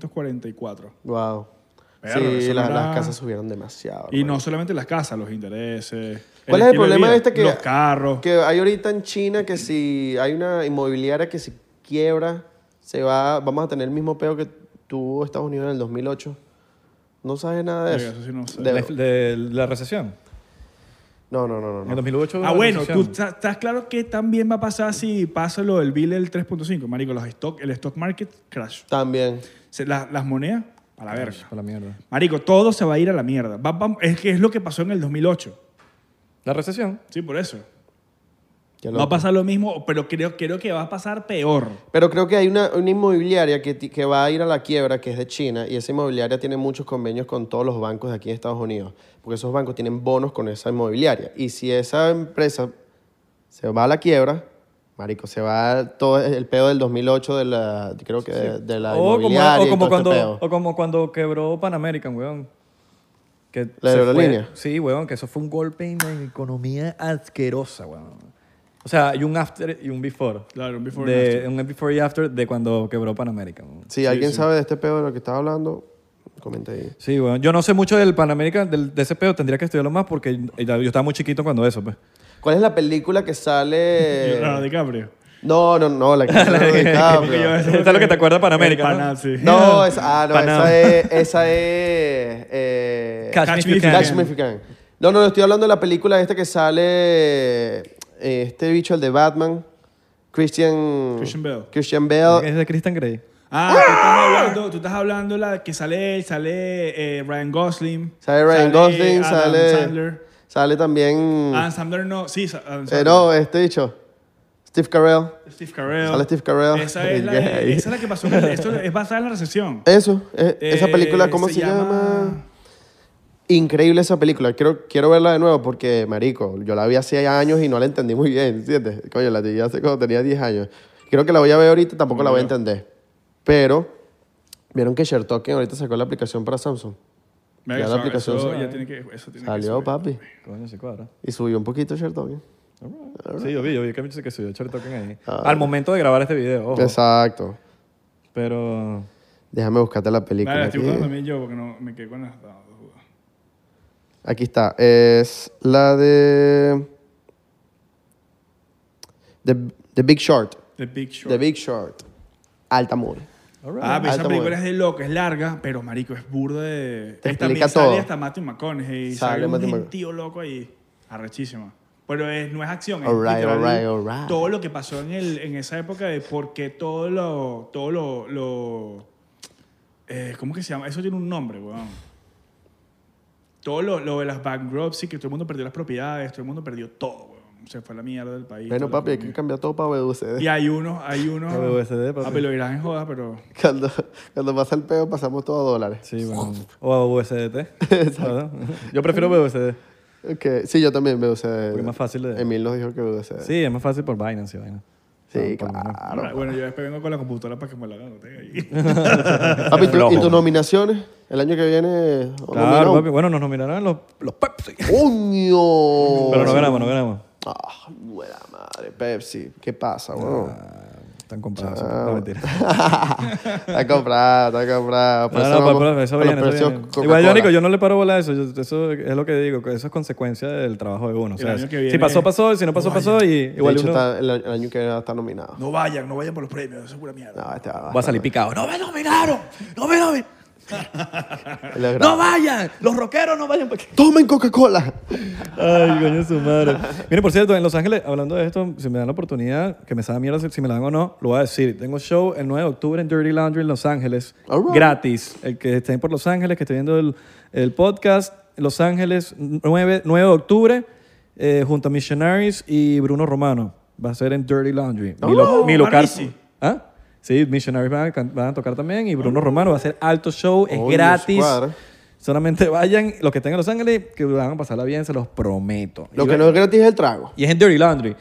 C: 544.
A: Wow.
C: Verga,
A: sí,
C: eso no
A: la-
C: era-
A: las casas subieron demasiado.
C: Y
A: hermano.
C: no solamente las casas, los intereses.
A: ¿Cuál es el
C: estilo de
A: problema
C: vida,
A: este que,
C: Los carros.
A: que hay ahorita en China que si hay una inmobiliaria que se quiebra, se va, vamos a tener el mismo peo que tuvo Estados Unidos en el 2008? No sabes nada de
C: Verga,
A: eso.
C: eso sí no sé.
A: De-
B: La- De la recesión.
A: no, no, no, no,
B: En el
A: no.
B: 2008...
C: Ah,
B: la
C: bueno, tú
B: recesión.
C: estás estás claro que también va a pasar si pasa lo del bill del 3.5. Marico, los stock, el stock market crash.
A: También.
C: Se- la- las monedas, a la verga.
B: Para la mierda.
C: Marico, todo se va a ir a la mierda. Va- va- es que es lo que pasó en el 2008.
B: La recesión.
C: Sí, por eso.
A: Qué
C: Va a
A: loco.
C: pasar lo mismo, pero creo, creo que va a pasar peor.
A: Pero creo que hay una, una inmobiliaria que, ti- que va a ir a la quiebra, que es de China, y esa inmobiliaria tiene muchos convenios con todos los bancos de aquí en Estados Unidos, porque esos bancos tienen bonos con esa inmobiliaria. Y si esa empresa se va a la quiebra, marico, se va todo el pedo del 2008 de la, creo que de, de la
B: o, como,
A: inmobiliaria
B: o
A: y
B: como
A: todo este
B: cuando,
A: pedo.
B: o como cuando quebró Pan American, weón. Que
A: ¿La
B: se
A: aerolínea?
B: fue. Sí, weón, que eso fue un golpe en la economía asquerosa, weón. O sea, hay un after y un before.
C: Claro, un before y
B: de,
C: un after.
B: Un before y after de cuando quebró Pan American. weón.
A: Si alguien sabe de este pedo de lo que estaba hablando, comenta ahí.
B: Sí, weón. Yo no sé mucho del Pan American, del, de ese pedo. Tendría que estudiarlo más porque yo estaba muy chiquito cuando eso, pues.
A: ¿Cuál es la película que sale...?
C: Leonardo Ah, DiCaprio.
A: No, no, no, la que sale
C: Porque yo-
A: DiCaprio.
B: Eso es lo que te acuerda Pan
C: El
B: American, ¿no?
C: Pan- sí.
A: No, esa, ah, no,
B: Panam.
A: esa es. Esa es eh,
B: Catch Me If You Can.
A: Catch Me If You Can. No, no, no, estoy hablando de la película esta que sale. eh, Este bicho, el de Batman. Christian.
C: Christian Bale.
A: Christian Bale.
B: Es de Christian Grey.
C: Ah, tú estás hablando, tú estás hablando la que sale, sale eh, Ryan Gosling.
A: Sale Ryan Gosling,
C: Adam
A: sale. Mm.
C: Sandler.
A: Sale también.
C: Adam Sandler no, sí, sa- Adam
A: eh,
C: Sandler.
A: no, este bicho. Steve Carell.
C: Steve Carell.
A: Sale Steve Carell.
C: Esa es, la,
A: Gay.
C: esa es la que pasó. en el- Esto es basada en la recesión.
A: Eso, eh, esa
C: Eh,
A: película, ¿cómo se,
C: se
A: llama?
C: llama-
A: Increíble esa película. Quiero, quiero verla de nuevo porque, marico, yo la vi hace años y no la entendí muy bien, ¿entiendes? Coño, la vi hace cuando tenía 10 años. Creo que la voy a ver ahorita, tampoco la voy a entender. Pero, ¿vieron que Shertoken ahorita sacó la aplicación para Samsung?
C: Mira,
A: Ya
C: eso-
A: la aplicación
C: eso
A: se-
C: ya tiene que, eso tiene que
A: Salió,
C: subir.
A: papi.
B: Coño, se cuadra.
A: Y subió un poquito Shertoken.
B: Sí, yo vi, yo vi que me dice que subió el short token ahí.
A: Ah.
B: Al momento de grabar este video, ojo.
A: Exacto.
B: Pero...
A: Déjame buscarte la película.
C: Vale, la estoy
A: aquí.
C: buscando también yo porque no me quedé con las las dos dudas.
A: Aquí está. Es la de. The, The Big Short.
C: The Big Short.
A: The Big Short. Alta movie.
B: All right.
C: Ah,
A: Alta
C: pero esa
A: moda.
C: película es de loco, es larga, pero marico, es burda de...
A: Te
C: es- también
A: explica todo.
C: Sale hasta Matthew McConaughey,
A: Sale
C: sale, un
A: Matthew McConaughey.
C: gentío loco ahí, arrechísima. Pero es, no es acción, es
A: Alright,
C: literal
A: alright, alright.
C: todo lo que pasó en, el, en esa época de por qué todo lo... Todo lo, lo- eh, ¿Cómo que se llama? Eso tiene un nombre, weón. Todo lo, lo de las bankruptcy, que todo el mundo perdió las propiedades, todo el mundo perdió todo, weón. Se fue a la mierda del país.
A: Bueno,
C: toda la
A: papi, hay que
C: economía.
A: cambiar todo para
C: Y
A: BUCD.
C: hay unos, hay unos...
B: A BUSD, papi.
C: Ah, pero lo dirás en joda, pero...
A: Cuando, cuando pasa el peo, pasamos todo a dólares.
B: Sí, bueno. O a USDT. ¿Verdad? Yo prefiero BUSD.
A: Ok. Sí, yo también BUCD.
B: Porque es más fácil de-
A: Emil nos dijo que BUCD.
B: Sí, es más fácil por Binance y vaina.
A: Sí,
B: Por- por-
A: claro.
C: Bueno, yo después vengo con la computadora para que me la hagan. no tenga ahí.
A: Papi, ¿tú- ¿y
B: Flojo.
A: tus nominaciones? El año que viene. ¿o
B: Claro,
A: nominó?
B: papi. Bueno, nos nominaron los, los Pepsi.
A: ¡Coño!
B: Pero no ganamos, no ganamos.
A: ¡Ah, buena madre! Pepsi. ¿Qué pasa, weón?
B: Ah, están comprados.
A: Ah.
B: No, mentira.
A: está comprado, está comprado. Por
B: Ah. No,
A: eso
B: no,
A: vamos-
B: por- por pues, eso
A: por los
B: viene, eso
A: precios
B: viene.
A: Coca-Cola.
B: Igual yo, Nico, yo no le paro bola a eso. Yo- eso es lo que digo. que Eso es consecuencia del trabajo de uno. o
C: El
B: sea,
C: año que
B: si
C: viene-
B: pasó, pasó. y Si no pasó, pasó. Y
A: De
B: igual
A: hecho,
B: uno
A: está- el, el año que viene va a estar nominado.
C: No vayan, no vayan por los premios, eso es pura mierda.
A: No, este va,
B: va a salir picado. ¡No me nominaron! ¡No me nominaron!
A: El de-
B: ¡No vayan! ¡Los rockeros no vayan! Porque...
A: ¡Tomen Coca-Cola!
B: Ay, coño su madre. Mire, por cierto, en Los Ángeles, hablando de esto, si me dan la oportunidad, que me sabe mierda si- si me la dan o no, lo voy a decir. Tengo show el 9 de octubre en Dirty Laundry en Los Ángeles.
A: All right.
B: Gratis. El que esté por Los Ángeles, que esté viendo el, el podcast, Los Ángeles, 9, 9 de octubre, eh, junto a Missionaries y Bruno Romano. Va a ser en Dirty Laundry. Mi, lo-
C: Oh,
B: mi local.
C: Marisi.
B: ¿Ah? Sí, Missionaries van a, can- van a tocar también y Bruno Romano va a hacer alto show, es
A: Oye,
B: gratis.
A: squad.
B: Solamente vayan, los que estén en Los Ángeles, que van a pasarla bien, se los prometo.
A: Lo
B: y,
A: que no es gratis es el trago.
B: y es en Dirty Laundry.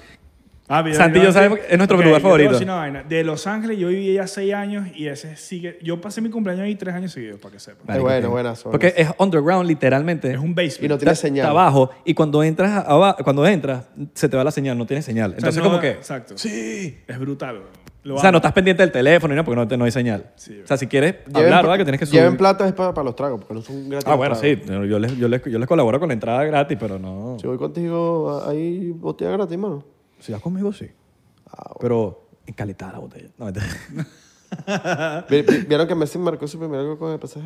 C: Ah, mira,
B: Santi y
C: mira,
B: yo sabemos
C: sí.
B: que es nuestro
C: Ok,
B: lugar
C: yo te voy a
B: favorito.
C: decir una vaina. De Los Ángeles yo viví ya seis años y ese sigue... Yo pasé mi cumpleaños ahí tres años seguidos, para que sepan.
A: Vale. bueno, buenazo,
B: Porque es underground, literalmente.
C: Es un basement.
A: Y no tiene
B: Está-
A: señal.
B: Está abajo y cuando entras, a- aba- cuando entras, se te va la señal, no tiene señal.
C: O sea,
B: Entonces,
C: no-
B: como que.
C: Exacto. Sí. Es brutal. bro. Lo
B: O sea,
C: amo.
B: no estás pendiente del teléfono, ni nada, porque no, te- no hay señal.
C: Sí,
B: o sea, si quieres
A: Lleven
B: hablar,
A: pl-
B: ¿verdad? Que tienes que subir.
A: Lleven plata es para, para los tragos, porque no son gratis.
B: ah,
A: los
B: bueno,
A: tragos.
B: sí. Yo yo les, yo, les, yo les colaboro con la entrada gratis, pero no.
A: Si voy contigo, a- hay botella gratis, mano.
B: Si vas conmigo, sí.
A: Ah,
B: Pero encaletada la botella. No, mentira.
C: Ah.
A: Vi- vi- ¿Vieron que Messi marcó su primer gol con el PSG?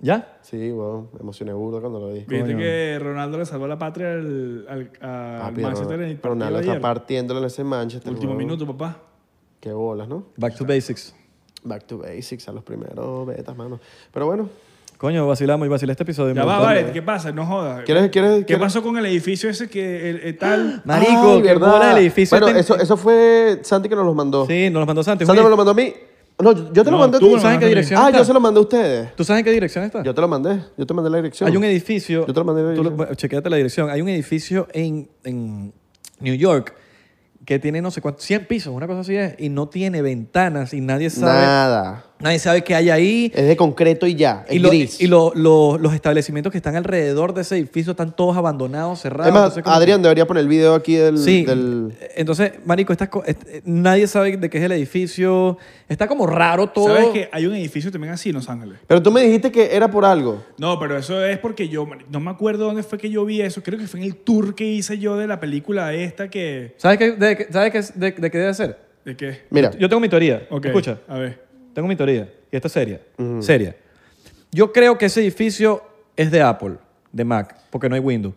B: ¿Ya?
A: Sí, weón. me emocioné burda cuando lo vi.
C: Viste
B: Coño.
C: que Ronaldo le salvó la patria al, al, al
A: Papi,
C: Manchester en el partido
A: Ronaldo
C: de
A: está
C: ayer.
A: partiéndole en ese Manchester.
C: Último
A: weón.
C: minuto, papá.
A: Qué bolas, ¿no?
B: Back to basics.
A: Back to basics, a los primeros betas, mano. Pero bueno,
B: Coño, vacilamos y vacilé este episodio.
C: Ya
B: me
C: va,
B: gustó.
C: vale, ¿qué pasa? No jodas.
A: ¿Quieres- quieres-
C: ¿Qué
A: quieres-
C: pasó con el edificio ese que el, el tal?
B: Marico,
A: Ay,
B: qué bola el edificio.
A: Bueno,
B: este-
A: eso, eso fue Santi que nos los mandó.
B: Sí, nos lo mandó Santi.
A: Santi me
B: Oye,
A: lo mandó a mí. No, yo yo te lo
C: No,
A: mandé a
C: tú
A: ti.
C: me lo
B: ¿Sabes en qué
C: mandaste a mí.
B: dirección
A: Ah,
B: está?
A: yo se lo mandé a ustedes.
B: ¿Tú sabes en qué dirección está?
A: Yo te lo mandé. Yo te mandé la dirección.
B: Hay un edificio.
A: Yo te lo mandé la
B: tú
A: dirección.
B: chequéate la dirección. Hay un edificio en, en New York que tiene no sé cuántos, 100 pisos, una cosa así es, y no tiene ventanas y nadie sabe,
A: Nada.
B: nadie sabe qué hay ahí.
A: Es de concreto y ya. Es
B: Y, lo-
A: gris.
B: y lo- lo- los establecimientos que están alrededor de ese edificio están todos abandonados, cerrados.
A: Además,
B: entonces como-
A: Adrián debería poner el video aquí del.
B: Sí.
A: del-
B: Entonces, marico, estas co- est- eh, nadie sabe de qué es el edificio. Está como raro todo.
C: ¿Sabes que hay un edificio también así en Los Ángeles?
A: Pero tú me dijiste que era por algo.
C: No, pero eso es porque yo no me acuerdo dónde fue que yo vi eso. Creo que fue en el tour que hice yo de la película esta que
B: ¿Sabes qué- de, qué- sabes qué es- de- de qué debe ser?
C: de qué.
A: Mira,
B: Yo tengo mi teoría.
C: Ok,
B: Escucha.
C: A ver.
B: Tengo mi teoría. Y esta es seria. Seria. Yo creo que ese edificio es de Apple, de Mac, porque no hay Windows.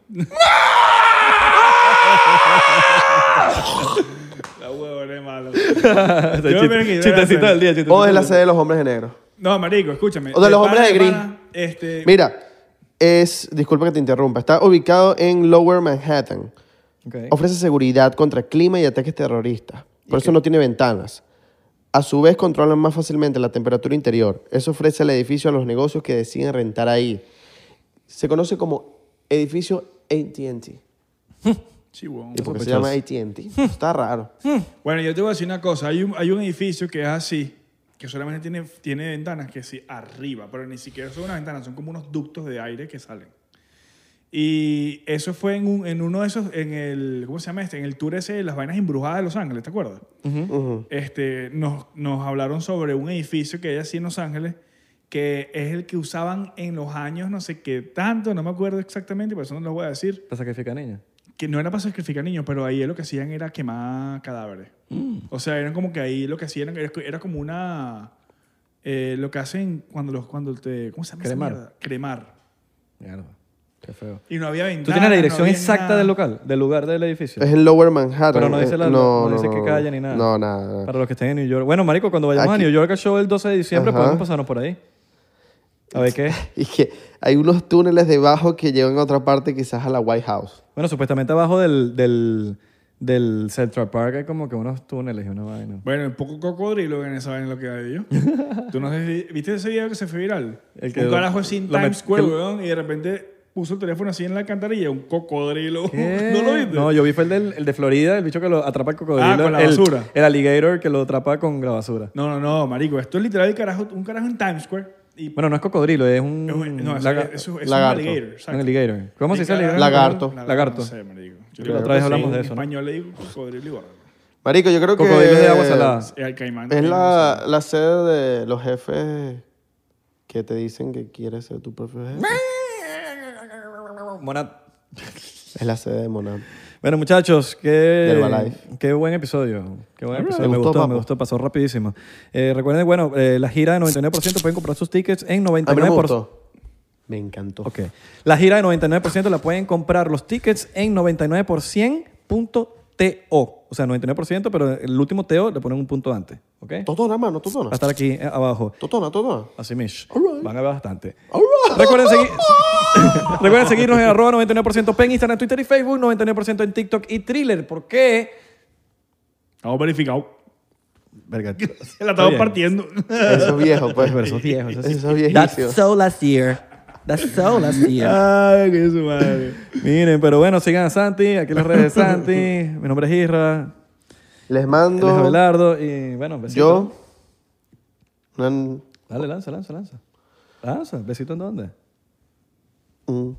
C: La huevona es mala.
B: Chiste-
C: creo que debe
B: Chistecito
C: ser.
B: del día. chistecito
A: o es la
B: del
A: sede de los hombres de negro.
C: No, marico, escúchame.
A: O de los hombres
C: pana,
A: de gris.
C: pana, Este,
A: Mira, es. Disculpa que te interrumpa. Está ubicado en Lower Manhattan.
B: día. Ok.
A: Ofrece seguridad contra clima y ataques terroristas. Por eso no tiene ventanas. A su vez, controlan más fácilmente la temperatura interior. Eso ofrece al edificio a los negocios que deciden rentar ahí. Se conoce como edificio ATT.
C: Chihuahua.
A: ¿Y por qué se llama ATT? Está raro.
C: Bueno, yo te voy a decir una cosa. Hay un, hay un edificio que es así, que solamente tiene, tiene ventanas que sí, arriba, pero ni siquiera son unas ventanas, son como unos ductos de aire que salen. Y eso fue en, un- en uno de esos, en el, ¿cómo se llama este? En el tour ese de las vainas embrujadas de Los Ángeles, ¿te acuerdas?
A: Ujú.
C: este, nos, nos hablaron sobre un edificio que hay así en Los Ángeles, que es el que usaban en los años, no sé qué tanto, no me acuerdo exactamente, por eso no lo voy a decir,
B: ¿Para sacrificar niños?
C: que no era para sacrificar niños, pero ahí lo que hacían era quemar cadáveres.
B: Mm.
C: O sea, eran como que ahí lo que hacían era, era como una... eh, lo que hacen cuando los cuando te cómo se llama esa
B: Cremar.
C: mierda? cremar
B: Mierda. Qué feo.
C: y no había ventanas
B: ¿Tú tienes la dirección
C: no había
B: exacta
C: nada.
B: del local, del lugar del edificio?
A: Es en Lower Manhattan.
B: Pero no dice la-
A: Eh,
B: no dice qué calle ni nada.
A: No, nada.
B: Para los que estén en New York. Bueno, marico, cuando vayamos
A: Aquí-
B: a New York al show el 12 de diciembre,
A: Ajá.
B: podemos pasarnos por ahí. A ver qué.
A: Y que hay unos túneles debajo que llevan a otra parte, quizás a la White House.
B: Bueno, supuestamente abajo del, del, del Central Park hay como que unos túneles y una vaina.
C: bueno el poco cocodrilo en esa vaina lo que hay yo tú no sé si- viste ese video que se fue viral
B: El que
C: un
B: lo-
C: carajo así en
B: lo met-
C: Times Square
B: que-
C: weón, y de repente puso el teléfono así en la alcantarilla un cocodrilo
B: ¿Qué?
C: no lo viste
B: No, yo vi fue el, del- el de Florida, el bicho que lo atrapa el cocodrilo.
C: Ah, con la
B: el,
C: basura.
B: El alligator que lo atrapa con la basura.
C: no no no, marico esto es literal el carajo un carajo en Times Square y
B: Bueno, no es cocodrilo, es un...
C: Es un- no, eso,
B: laga-
C: eso- es
A: lagarto.
C: un alligator. exacto.
B: un alligator. ¿Cómo se dice alligator?
A: Lagarto.
B: Lagarto.
C: No sé, marico. Yo
B: La
C: le-
B: otra vez hablamos
C: en
B: de eso, ¿no?
C: español le digo cocodrilo y gordo.
A: Marico, yo creo que...
B: Cocodrilo de agua salada.
C: El caimán.
A: Es
C: también,
A: la, la sede de los jefes que te dicen que quieres ser tu propio jefe.
B: Monat.
A: Es la sede de Monam.
B: Bueno, muchachos, qué,
A: Herbalife.
B: qué buen episodio. Qué buen episodio.
A: Me
B: Me
A: gustó,
B: gustó,
A: papo.
B: me gustó. Pasó rapidísimo. Eh, recuerden, bueno, eh, la gira de 99% pueden comprar sus tickets en 99%.
A: A mí no me gustó. Me encantó.
B: Ok. La gira de 99% la pueden comprar los tickets en 99%.to. O sea, 99%, pero el último TO le ponen un punto antes. ¿Ok? Va
A: Totona, mano, totona.
B: a estar aquí eh, abajo.
A: Totona, totona.
B: Así mismo. Van a ver bastante. Recuerden, segui- Recuerden seguirnos en arroba 99% en Instagram, Twitter y Facebook, 99% en TikTok y Thriller. ¿Por qué?
C: sí. Estamos verificados.
B: Verga.
C: Se la estamos
B: Oye,
C: partiendo.
A: Eso es viejo, pues.
B: Pero sos viejo, sos-
A: Eso es viejísimo.
D: so last year. That's so last
B: Uh,
D: year.
C: Ay, qué su madre.
B: Miren, pero bueno, sigan a Santi. Aquí en las redes de Santi. Mi nombre es Isra.
A: Les
B: Él es
A: mando
B: Abelardo. Y bueno, besitos.
A: yo... Un,
B: Dale, lanza, lanza, lanza. Lanza, besito en dónde.
A: un-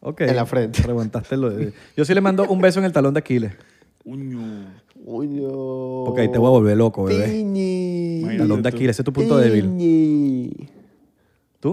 B: Ok.
A: En la frente.
B: Reguantaste lo de- Yo sí le mando un beso en el talón de Aquiles.
C: Uño.
A: Uy, yo...
B: Ok, te voy a volver loco, bebé.
A: Piñi.
C: Mira,
B: Talón de
C: tú.
B: Aquiles, ese es tu punto débil.
A: Piñi.
B: ¿Tú?